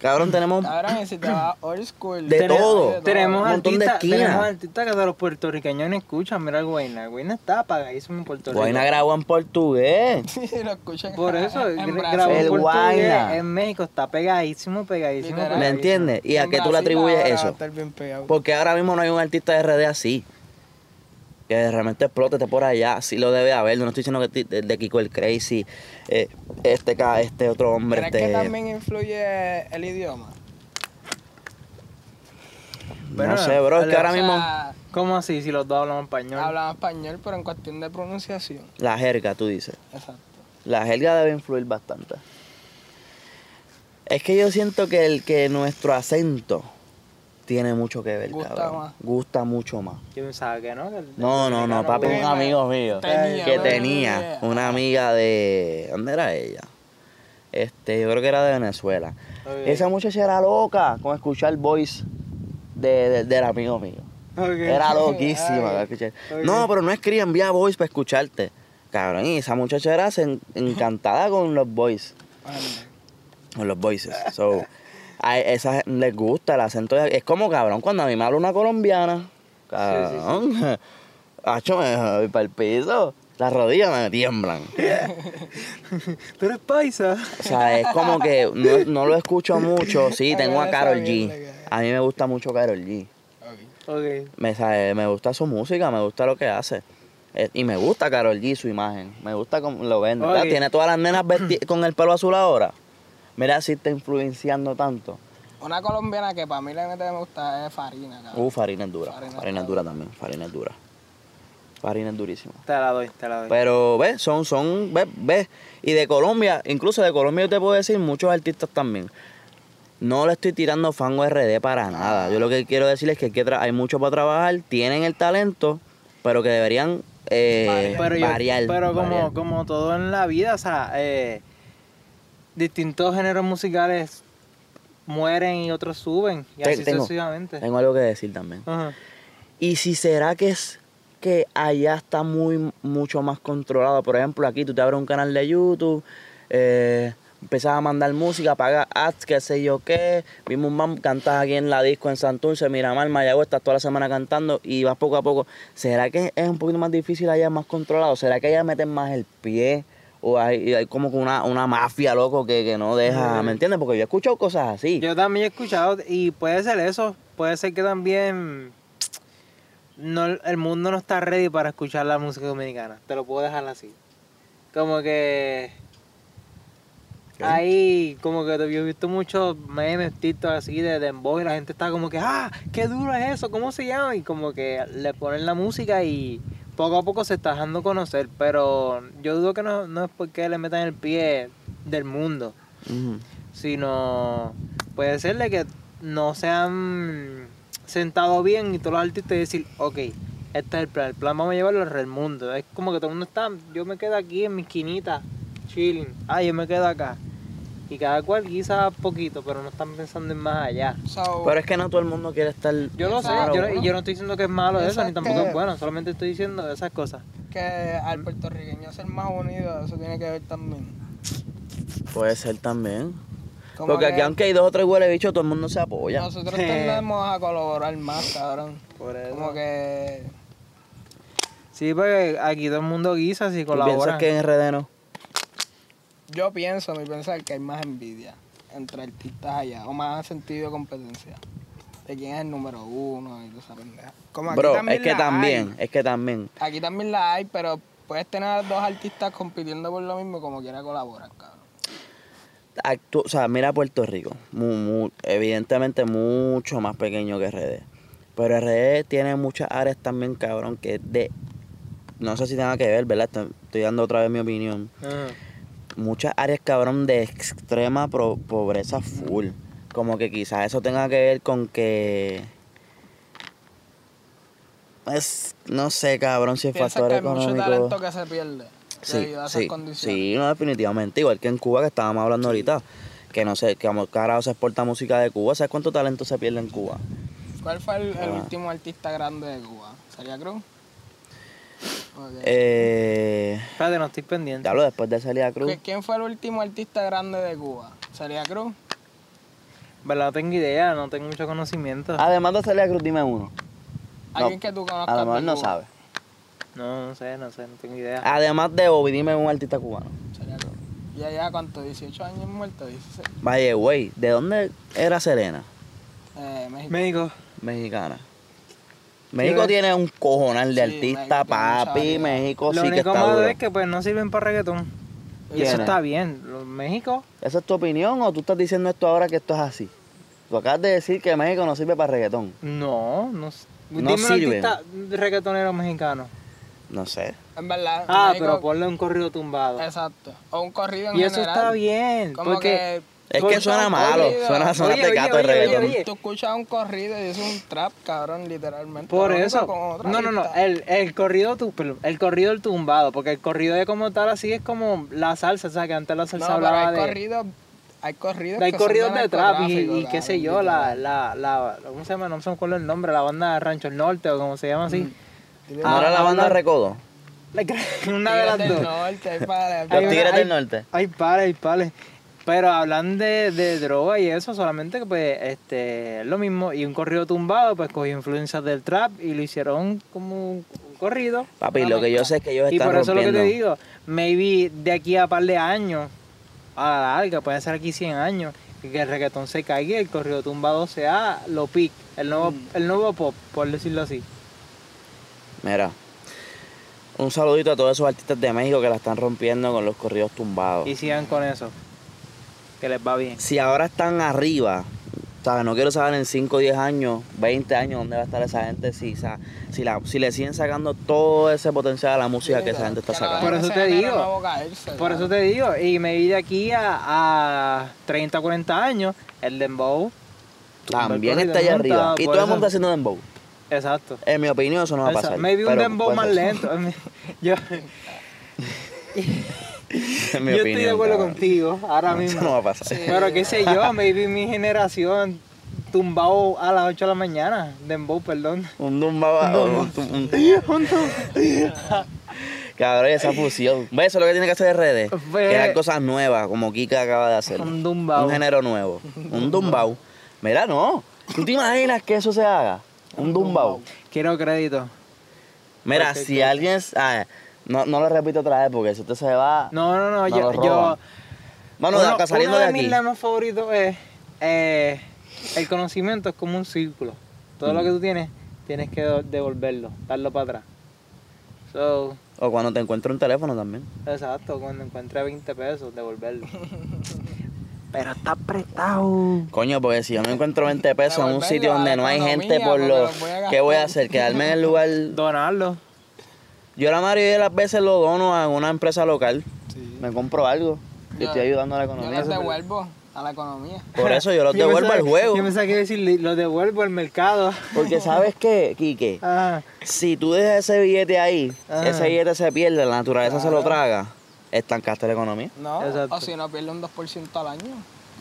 S2: cabrón, tenemos
S1: Cabrón, y si te vas old school.
S2: De
S1: tenemos-
S2: todo.
S1: de
S2: Un
S3: Tenemos
S2: montón de
S3: artistas,
S2: esquinas.
S3: tenemos artistas que hasta los puertorriqueños no escuchan. Mira el Guayna. El Guayna está apagadísimo en Puerto Rico.
S2: Guayna grabó en portugués.
S1: <laughs> Sí, lo escuchan.
S3: Por eso
S1: en
S3: gra-
S1: Brasil.
S3: grabó
S2: El
S3: en
S2: Guayna.
S3: portugués en México. Está pegadísimo, pegadísimo.
S1: Literal.
S2: ¿Me
S3: pegadísimo.
S2: entiendes? ¿Y a
S1: En
S2: qué tú le
S1: Brasil
S2: atribuyes
S1: ahora va a
S2: eso?
S1: estar bien pegado.
S2: Porque ahora mismo no hay un artista de RD así. Que realmente explote esté por allá. Sí lo debe haber. No estoy diciendo que ti- de, de Kiko el Crazy, eh, este, ca- este otro hombre.
S1: ¿Crees que
S2: Este,
S1: también influye el idioma?
S2: no
S3: Bueno,
S2: sé, bro. Es que
S3: hola,
S2: ahora
S1: O sea,
S2: mismo
S3: ¿Cómo así si los dos hablan español?
S1: Hablaba español, pero en cuestión de pronunciación.
S2: la jerga, tú dices.
S1: Exacto.
S2: La jerga debe influir bastante. Es que yo siento que, el, que nuestro acento tiene mucho que ver,
S1: Gusta
S2: cabrón.
S1: más.
S2: Gusta mucho más.
S3: Yo pensaba que no. que el-
S2: No, no, no,
S3: el
S2: papi, un
S1: bueno.
S2: amigo mío
S1: Tenía,
S2: que
S1: ¿no?
S2: tenía una amiga de. ¿Dónde era ella? Este, yo creo que era de Venezuela.
S3: Ok.
S2: Esa muchacha era loca con escuchar voice de, de- del amigo mío.
S3: Ok.
S2: Era loquísima.
S3: Ay.
S2: con escuchar.
S3: ok.
S2: No, pero no escribía, envía voice para escucharte. Cabrón, y esa muchacha era sen- encantada con los voice. Con los voices. So, <laughs> a esas les gusta el acento. de- es como cabrón cuando a mí me habla una colombiana. Cabrón. <laughs> Hacho, me voy para el piso. Las rodillas me tiemblan.
S3: Tú eres paisa.
S2: O sea, es como que no, no lo escucho mucho. Sí,
S1: Ay,
S2: tengo a
S1: esa
S2: Carol
S1: mierda
S2: G.
S1: que-
S2: A mí me gusta mucho Carol G.
S3: Ok.
S2: Me, sabe- me gusta su música, me gusta lo que hace. Eh, Y me gusta Carol G, su imagen. Me gusta cómo lo vende.
S3: Ok.
S2: Claro, Tiene todas las nenas vesti- con el pelo azul ahora. Mira si está influenciando tanto.
S1: Una colombiana que para mí la neta que me gusta es Farina, cabrón.
S2: Uh, Farina es dura.
S1: Farina
S2: Farina,
S1: es
S2: es dura también. Farina es dura. Farina es durísima.
S3: Te la doy, te la doy.
S2: Pero ves, son, son, ves, ves. Y de Colombia, incluso de Colombia yo te puedo decir muchos artistas también. No le estoy tirando fango RD para nada. Yo lo que quiero decirles es que hay, que tra- hay mucho para trabajar, tienen el talento, pero que deberían eh,
S3: pero yo-
S2: variar.
S3: pero como,
S2: variar.
S3: como todo en la vida, o sea, eh, distintos géneros musicales mueren y otros suben, y
S2: Te-
S3: así
S2: tengo-
S3: sucesivamente.
S2: Tengo algo que decir también.
S3: Ajá.
S2: Y si será que es que allá está muy mucho más controlado. Por ejemplo, aquí tú te abres un canal de YouTube, eh, empezás a mandar música, pagas ads, qué sé yo qué. Vimos un man, cantas aquí en la disco en Santurce, Miramar, Mayagüez, estás toda la semana cantando y vas poco a poco. ¿Será que es un poquito más difícil allá, es más controlado? ¿Será que allá meten más el pie? O hay, hay como que una, una mafia, loco, que, que no deja, ¿me entiendes? Porque yo he escuchado cosas así.
S3: Yo también he escuchado, y puede ser eso, puede ser que también no, el mundo no está ready para escuchar la música dominicana, te lo puedo dejar así. Como que... Ahí, como que yo he visto muchos memes, TikTok así de Dembow y la gente está como que, ah, qué duro es eso, ¿cómo se llama? Y como que le ponen la música y poco a poco se está dejando conocer, pero yo dudo que no, no es porque le metan el pie del mundo,
S2: Ujú.
S3: sino puede ser de que no se han sentado bien y todos los artistas decir, ok, este es el plan, el plan vamos a llevarlo al resto del mundo. Es como que todo el mundo está, yo me quedo aquí en mi esquinita, chilling, ah, yo me quedo acá. Y cada cual quizá poquito, pero no están pensando en más allá.
S1: So,
S2: Pero es que no todo el mundo quiere estar.
S3: Yo lo sé,
S1: Claro,
S3: yo, no- y
S1: bueno.
S3: yo no estoy diciendo que es malo eso, ni
S1: Exacto.
S3: tampoco es bueno, solamente estoy diciendo esas cosas.
S1: que al puertorriqueño ser más unido, eso tiene que ver también.
S2: Puede ser también.
S1: Como
S2: Porque
S1: que
S2: aquí, aunque hay dos o tres huele bicho, todo el mundo se apoya.
S1: Nosotros
S3: Eh.
S1: tendemos a colaborar más, cabrón.
S3: Por eso.
S1: Como que.
S3: Sí, porque aquí todo el mundo guisa si
S2: ¿Tú piensas
S3: colabora.
S2: que en RD no?
S1: Yo pienso, mi pensar, que hay más envidia entre artistas allá, o más sentido de competencia. De quién es el número uno y toda esa pendeja. Como aquí
S2: Bro,
S1: también
S2: es que
S1: la
S2: también, es que también.
S1: hay. Aquí también la hay, pero puedes tener a dos artistas compitiendo por lo mismo como quiera colaborar, cabrón.
S2: actu- o sea, mira Puerto Rico. mu- mu- evidentemente mucho más pequeño que RD. Pero RD tiene muchas áreas también, cabrón, que es de. No sé si tenga que ver, ¿verdad? Estoy, estoy dando otra vez mi opinión.
S3: Ajá.
S2: Muchas áreas, cabrón, de extrema pro- pobreza full. Como que quizás eso tenga que ver con que. es, no sé, cabrón, si es
S1: Piensa
S2: factor
S1: que hay mucho
S2: económico.
S1: talento que se pierde
S2: Sí,
S1: debido a esas
S2: sí,
S1: condiciones.
S2: sí, no, definitivamente. Igual que en Cuba, que estábamos hablando ahorita, que no sé, que como carajo se exporta música de Cuba. ¿Sabes cuánto talento se pierde en Cuba?
S1: ¿Cuál fue el, el
S2: Ah.
S1: último artista grande de Cuba? ¿Sería Cruz? Ok.
S2: Eh,
S3: Espérate, no estoy pendiente.
S2: ya hablo después de Celia Cruz.
S1: ¿Qui- ¿Quién fue el último artista grande de Cuba? ¿Sería Cruz?
S3: ¿Verdad? No tengo idea, no tengo mucho conocimiento.
S2: Además de Celia Cruz, dime uno.
S1: Alguien que tú conozcas. de
S2: Además no
S1: Cuba.
S2: sabe.
S3: No, no sé, no sé, no tengo idea.
S2: Además de Obi, dime un artista cubano.
S1: Sería Cruz. Y allá, ¿cuánto? 18 años muerto, 16.
S2: Vaya, güey, ¿de dónde era Serena?
S1: Eh,
S2: Ah,
S1: México.
S3: México.
S2: Mexicana. México tiene un cojonal de
S1: Sí,
S2: artistas,
S1: México tiene mucha
S2: papi.
S1: variedad.
S2: México
S3: Lo
S2: oh, sí que
S3: único
S2: está
S3: malo
S2: duro.
S3: es que pues no sirven para reggaetón. Y
S2: ¿Quién
S3: eso
S2: es?
S3: está bien. Lo- México,
S2: ¿Esa es tu opinión o tú estás diciendo esto ahora que esto es así? Tú acabas de decir que México no sirve para reggaetón.
S3: no, no. s-
S2: No
S3: Dime un
S2: sirven.
S3: artista reggaetonero mexicano.
S2: No sé.
S1: En verdad.
S3: Ah,
S1: México-
S2: pues,
S3: pero ponle un corrido tumbado.
S2: ah.
S1: Exacto. O un corrido en
S3: Y eso
S1: general.
S3: está bien,
S1: Como
S3: porque
S2: Es
S3: Porque
S2: que suena
S3: oye,
S2: malo.
S1: oye,
S2: suena suena
S3: oye,
S2: de gato el
S3: oye, oye,
S2: reggaetón.
S1: que tú escuchas un corrido y es un trap, cabrón, literalmente.
S3: por
S1: Lo único
S3: eso.
S1: con otra
S3: No, no, no,
S1: artista.
S3: el, el corrido tu, perdón, el corrido del tumbado, porque el corrido de como tal así es como la salsa, o sea, que antes la
S1: No,
S3: salsa
S1: pero
S3: hablaba
S1: hay
S3: de
S1: corridos. Hay corridos.
S3: hay
S1: que son
S3: corridos de trap y,
S1: narcotráfico,
S3: y qué sé
S1: cabrón,
S3: yo, la,
S1: literal.
S3: la, la, ¿cómo se llama? No me acuerdo el nombre, la banda Rancho del Norte o como se llama
S1: Mm.
S3: así.
S1: Tigres
S2: ¿No era la
S3: Ah,
S2: banda
S3: habla-
S2: Recodo?
S3: La que- <laughs> Una de las
S1: del
S3: dos.
S1: norte, hay para-
S2: Los
S3: una-
S2: Tigres
S3: hay-
S2: del Norte.
S3: Ay, pales, ay, pales. Pero hablan de, de droga y eso, solamente que pues este, es lo mismo. Y un corrido tumbado, pues cogió influencias del trap y lo hicieron como un, un corrido.
S2: Papi,
S1: Una
S2: lo que yo
S1: mezcla.
S2: sé es que ellos
S3: Y
S2: están
S3: por eso lo que
S2: rompiendo.
S3: te digo, maybe de aquí a par de años, a la larga, puede ser aquí 100 años, y que el reggaetón se caiga y el corrido tumbado sea lo pic, el nuevo, el nuevo pop, por decirlo así.
S2: Mira. Un saludito a todos esos artistas de México que la están rompiendo con los corridos tumbados.
S3: Y sigan con eso, que les va bien.
S2: si ahora están arriba, o sea, no quiero saber en 5, 10 años, 20 años dónde va a estar esa gente si, sa- si, la, si le siguen sacando todo ese potencial a la música que esa gente está
S1: Que no
S2: sacando.
S3: Por
S1: dejen
S3: eso
S1: ese
S3: te
S1: género
S3: digo.
S1: nuevo caerse,
S3: Por eso
S1: cabrón.
S3: te digo, y me vi de aquí a, a 30 o 40 años, el Dembow.
S2: También
S3: Balcones
S2: está allá
S3: desmontados,
S2: arriba. Y todo
S3: por
S2: el
S3: eso-
S2: mundo está haciendo dembow.
S3: Exacto.
S2: En mi opinión, eso no va a
S3: Esa-
S2: pasar.
S3: Maybe un
S2: pero
S3: Dembow
S2: puede <laughs>
S3: más
S2: ser.
S3: lento. <laughs> Yo,
S2: En mi
S3: yo estoy
S2: opinión,
S3: de acuerdo
S2: cabrón.
S3: contigo
S2: <laughs>
S3: ahora
S2: Eso
S3: mismo.
S2: no va a pasar.
S1: Sí.
S3: Pero qué sé yo, maybe mi generación tumbado a las 8 de la mañana, Dembow, perdón.
S2: Un dumba va- un tum- un-
S3: <laughs>
S2: <laughs> Cabrón, esa fusión. ¿Ves? Eso es lo que tiene que hacer RD.
S3: Ve-
S2: Crear cosas nuevas, como Kika acaba de hacer.
S3: Un dumbao.
S2: Un género nuevo. Un dumbao. Mira, no. ¿Tú te imaginas que eso se haga? Un dumbao.
S3: Quiero crédito.
S2: Mira, si alguien... ah, no, no lo repito otra vez porque si usted se va...
S3: No, no, no,
S2: No
S3: yo...
S2: lo roban.
S3: yo
S2: Mano, de
S3: uno-
S2: acá, saliendo
S3: uno
S2: de
S3: de,
S2: aquí.
S3: mis lemas favoritos es eh, el conocimiento es como un círculo. Todo
S2: Mm.
S3: lo que tú tienes, tienes que do- devolverlo, darlo para atrás. So,
S2: O cuando te encuentro un teléfono también.
S3: exacto, cuando encuentre 20
S2: <laughs>
S3: pesos, devolverlo. Pero está prestado.
S2: Coño, porque si yo me encuentro 20 pesos en un
S1: Devolverlo
S2: sitio
S1: a
S2: donde
S1: la
S2: no hay
S1: economía,
S2: gente por
S1: porque
S2: lo...
S1: los voy a
S2: ¿Qué voy a
S1: gastar.
S2: hacer? ¿Quedarme en el lugar...?
S3: Donarlo.
S2: Yo la mayoría de las veces lo dono a una empresa local.
S1: Sí.
S2: Me compro algo. Y
S1: Yo-
S2: estoy ayudando a la
S1: Yo
S2: economía.
S1: los devuelvo a la economía.
S2: Por eso
S1: <laughs>
S2: yo los
S3: Yo
S2: devuelvo
S3: pensaba-
S2: al juego.
S3: Yo pensaba que iba a decir, "Li- lo devuelvo
S2: <laughs>
S3: al mercado.
S2: Porque sabes qué, Quique,
S3: Ah,
S2: si tú dejas ese billete ahí,
S3: Ah.
S2: ese billete se pierde, la naturaleza se lo traga, estancaste la economía.
S1: No,
S3: Exacto.
S1: o si no pierde un 2% al año.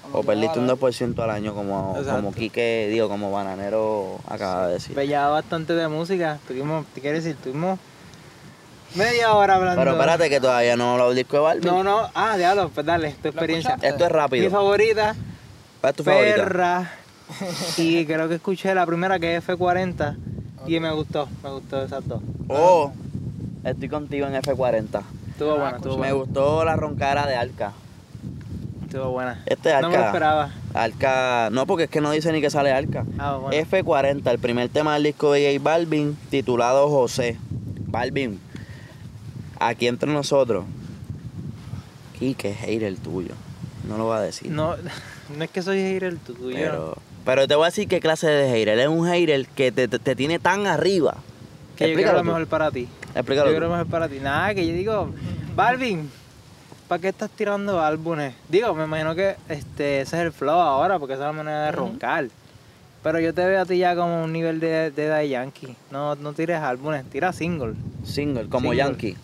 S1: como
S2: O
S1: que
S2: perdiste un
S1: ahora.
S2: 2% al año como,
S3: Exacto.
S2: como Quique, digo, como bananero acaba de decir.
S3: pues ya bastante de música. Tuvimos, te quiero decir, tuvimos media hora hablando.
S2: Pero espérate que todavía no he hablado del disco de Barbie.
S3: No, no, ah, diablo, pues dale, tu experiencia.
S1: escuchaste?
S2: Esto es
S3: Mi
S2: rápido.
S3: favorita,
S2: ¿Cuál es tu favorita?
S3: <laughs> Perra. Y creo que escuché la primera que es F40. Y me gustó, me gustó esas dos.
S2: Oh, estoy contigo en F40.
S3: Estuvo buena, estuvo
S2: Me
S3: buena.
S2: gustó la roncara de Arca.
S3: Estuvo buena.
S2: Este es Arca.
S3: No me lo esperaba.
S2: Arca, no, porque es que no dice ni que sale Arca.
S3: Ah, bueno.
S2: F40, el primer tema del disco de J Balvin, titulado José. Balvin, aquí entre nosotros. Quique hater el tuyo. No lo va a decir.
S3: No, <laughs> no es que soy hater el tuyo.
S2: pero, pero te voy a decir qué clase de hater. Él es un hater que te, te- te tiene tan arriba.
S3: que yo quiero
S2: Explícalo
S3: lo
S2: tú.
S3: mejor para ti.
S2: Explícalo
S3: Yo
S2: tú.
S3: quiero lo mejor para ti. Nada, que yo digo, Balvin, ¿para qué estás tirando álbumes? Digo, me imagino que este, ese es el flow ahora, porque esa es la manera de roncar. Pero yo te veo a ti ya como un nivel de, de Daddy Yankee. No, no tires álbumes, tira singles.
S2: Single, como
S3: Single.
S2: Yankee.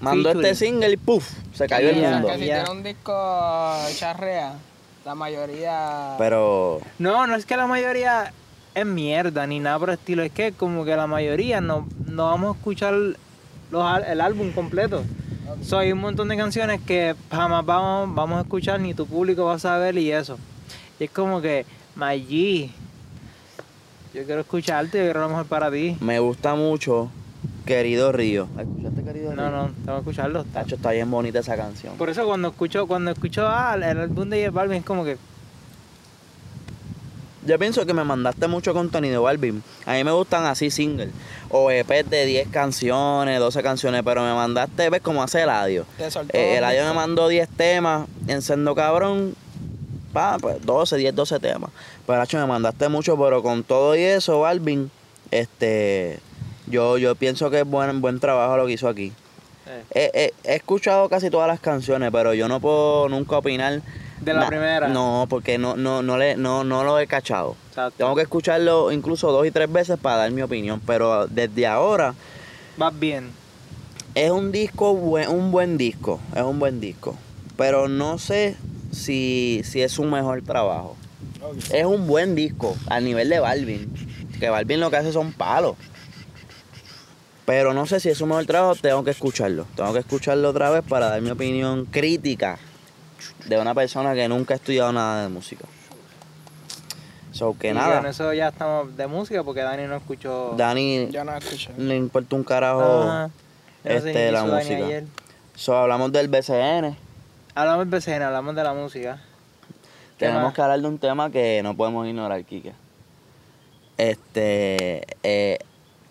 S2: Mandó
S3: Featuring.
S2: este single y ¡puf! Se cayó el
S3: Ya,
S2: mundo.
S1: Que si
S3: ya.
S1: tiene un disco charrea, la mayoría.
S2: Pero
S3: No, no es que la mayoría es mierda ni nada por el estilo. Es que como que la mayoría no, no vamos a escuchar los, al- el álbum completo. So, hay un montón de canciones que jamás vamos, vamos a escuchar, ni tu público va a saber y eso. Y es como que, my G, yo quiero escucharte, yo quiero lo mejor para ti.
S2: me gusta mucho Querido Río. ¿Escuchaste Querido Río?
S3: No, no, tengo que escucharlo. está-
S2: Tacho, está bien bonita esa canción.
S3: Por eso cuando escucho, cuando escucho ah, el álbum de J Balvin es como que,
S2: Yo pienso que me mandaste mucho contenido, Balvin. A mí me gustan así singles. O EPs de 10 canciones, 12 canciones, pero me mandaste, ves cómo hace Eladio.
S1: Te soltó.
S2: Eh,
S1: un
S2: Eladio me
S1: disco.
S2: mandó 10 temas, en Sendo Cabrón, pa, pues 12, 10, 12 temas. Pero Hacho, me mandaste mucho, pero con todo y eso, Balvin, este, yo, yo pienso que es buen, buen trabajo lo que hizo aquí.
S3: eh,
S2: He, he- he escuchado casi todas las canciones, pero yo no puedo nunca opinar.
S3: de la
S2: na-
S3: primera.
S2: No, porque no, no, no, le, no, no lo he cachado.
S3: Exacto.
S2: Tengo que escucharlo incluso dos y tres veces para dar mi opinión, pero desde ahora
S3: Vas bien.
S2: es un disco, buen, un buen disco, es un buen disco, pero no sé si, si es su mejor trabajo.
S1: Ok.
S2: Es un buen disco al nivel de Balvin, que Balvin lo que hace son palos. Pero no sé si es su mejor trabajo, tengo que escucharlo. Tengo que escucharlo otra vez para dar mi opinión crítica de una persona que nunca ha estudiado nada de música. So que
S3: Y
S2: nada.
S3: Con eso ya estamos de música porque Dani no escuchó.
S2: Dani
S1: Yo no escuché.
S2: le importa un carajo.
S3: Ajá. Yo no sé
S2: este,
S3: qué
S2: la
S3: hizo Dani
S2: música.
S3: ayer.
S2: So, hablamos del BCN.
S3: Hablamos del BCN, hablamos de la música. ¿Qué
S2: Tenemos
S3: más?
S2: que hablar de un tema que no podemos ignorar, Kike. Este eh,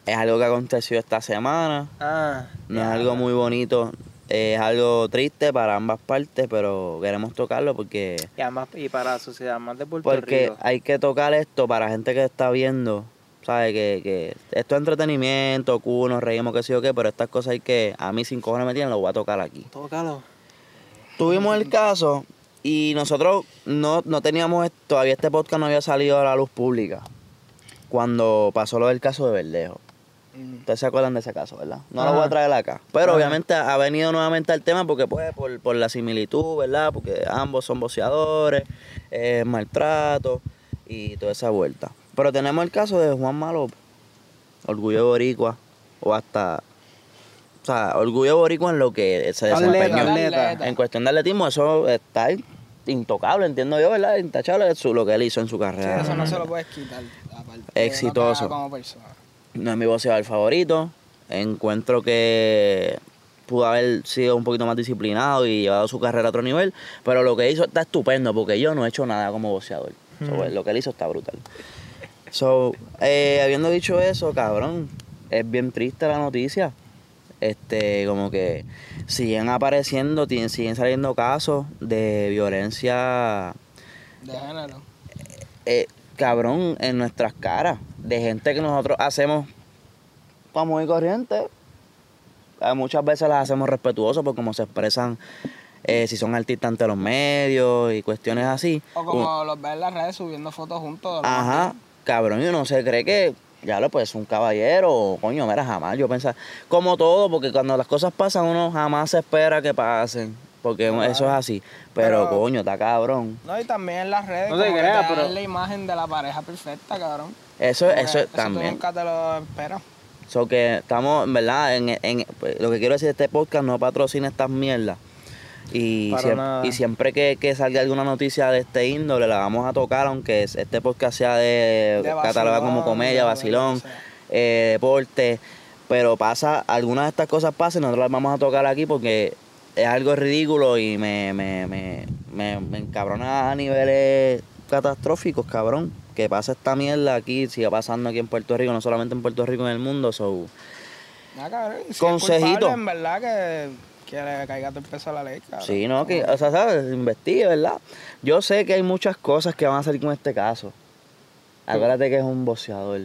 S2: es algo que aconteció esta semana.
S3: Ah,
S2: No es algo muy bonito. Es algo triste para ambas partes, pero queremos tocarlo porque
S3: y, además, y para la sociedad más de Puerto
S2: porque
S3: Rico.
S2: hay que tocar esto para gente que está viendo. ¿Sabes? Que, que esto es entretenimiento, Q, nos reímos, qué sé yo qué, pero estas cosas hay que. A mí sin cojones me tienen, lo voy a tocar aquí.
S3: Tócalo.
S2: Tuvimos el caso y nosotros no, no teníamos, todavía este podcast no había salido a la luz pública cuando pasó lo del caso de Verdejo.
S1: Mm.
S2: Ustedes se acuerdan de ese caso, ¿verdad? No lo
S3: Ajá.
S2: voy a traer acá. Pero
S3: Ajá.
S2: obviamente ha venido nuevamente al tema porque pues por, por la similitud, ¿verdad? Porque ambos son boceadores, eh, maltrato y toda esa vuelta. Pero tenemos el caso de Juan Malo, Orgullo Boricua, o hasta... O sea, Orgullo Boricua en lo que se
S3: Atleta,
S2: desempeñó.
S3: atleta.
S1: Atleta.
S2: En cuestión de atletismo, eso está in- intocable, entiendo yo, ¿verdad? Intachable es su- lo que él hizo en su
S1: Sí,
S2: carrera.
S1: eso no se lo puedes quitar. aparte de lo que
S2: Exitoso.
S1: haga como persona.
S2: No es mi voceador favorito. Encuentro que pudo haber sido un poquito más disciplinado y llevado su carrera a otro nivel. Pero lo que hizo está estupendo porque yo no he hecho nada como voceador. So, pues,
S3: Mm.
S2: lo que él hizo está brutal. So, eh, habiendo dicho eso, cabrón, es bien triste la noticia. Este, como que siguen apareciendo, ti- siguen saliendo casos de violencia
S1: De género.
S2: eh, cabrón, en nuestras caras, de gente que nosotros hacemos como y corriente. Eh, Muchas veces las hacemos respetuosos por cómo se expresan, eh, si son artistas ante los medios y cuestiones así.
S1: O como
S2: Uh.
S1: los ves en las redes subiendo fotos juntos. ¿no?
S2: Ajá, cabrón, y uno se cree que, ya lo pues, un caballero, o, coño, mira, jamás. Yo pensaba, como todo, porque cuando las cosas pasan, uno jamás se espera que pasen, porque eso es así. Pero,
S1: Pero-
S2: coño, está cabrón.
S1: No, y también en las redes.
S3: No te
S1: como que
S3: creas,
S1: te dan
S3: pero-
S1: la imagen de la pareja perfecta, cabrón.
S2: Eso,
S1: Como que
S2: Pues eso,
S1: tú
S2: también.
S1: nunca te lo esperas.
S2: So que estamos, en verdad, en, en- pues, lo que quiero decir, este podcast no patrocina estas mierdas. Y,
S3: Para
S2: siem-
S3: nada.
S2: y siempre que, que salga alguna noticia de este índole, la vamos a tocar, aunque es- este podcast sea de,
S1: De
S2: catalogado
S1: vacilón,
S2: como comedia,
S1: de-
S2: vacilón,
S1: o sea.
S2: eh, deporte. Pero pasa, algunas de estas cosas pasan, nosotros las vamos a tocar aquí porque es algo ridículo y me, me, me, me, me encabrona a niveles catastróficos, cabrón. Que pasa esta mierda aquí, sigue pasando aquí en Puerto Rico, no solamente en Puerto Rico, en el mundo. So,
S1: Nada, cabrón. y Si es
S2: Consejito.
S1: culpable, en verdad que, que le caiga todo el peso a la ley, cabrón.
S2: Sí, no, que, o sea, ¿sabes? Investigue, ¿verdad? Yo sé que hay muchas cosas que van a salir con este caso. Acuérdate que es un boceador.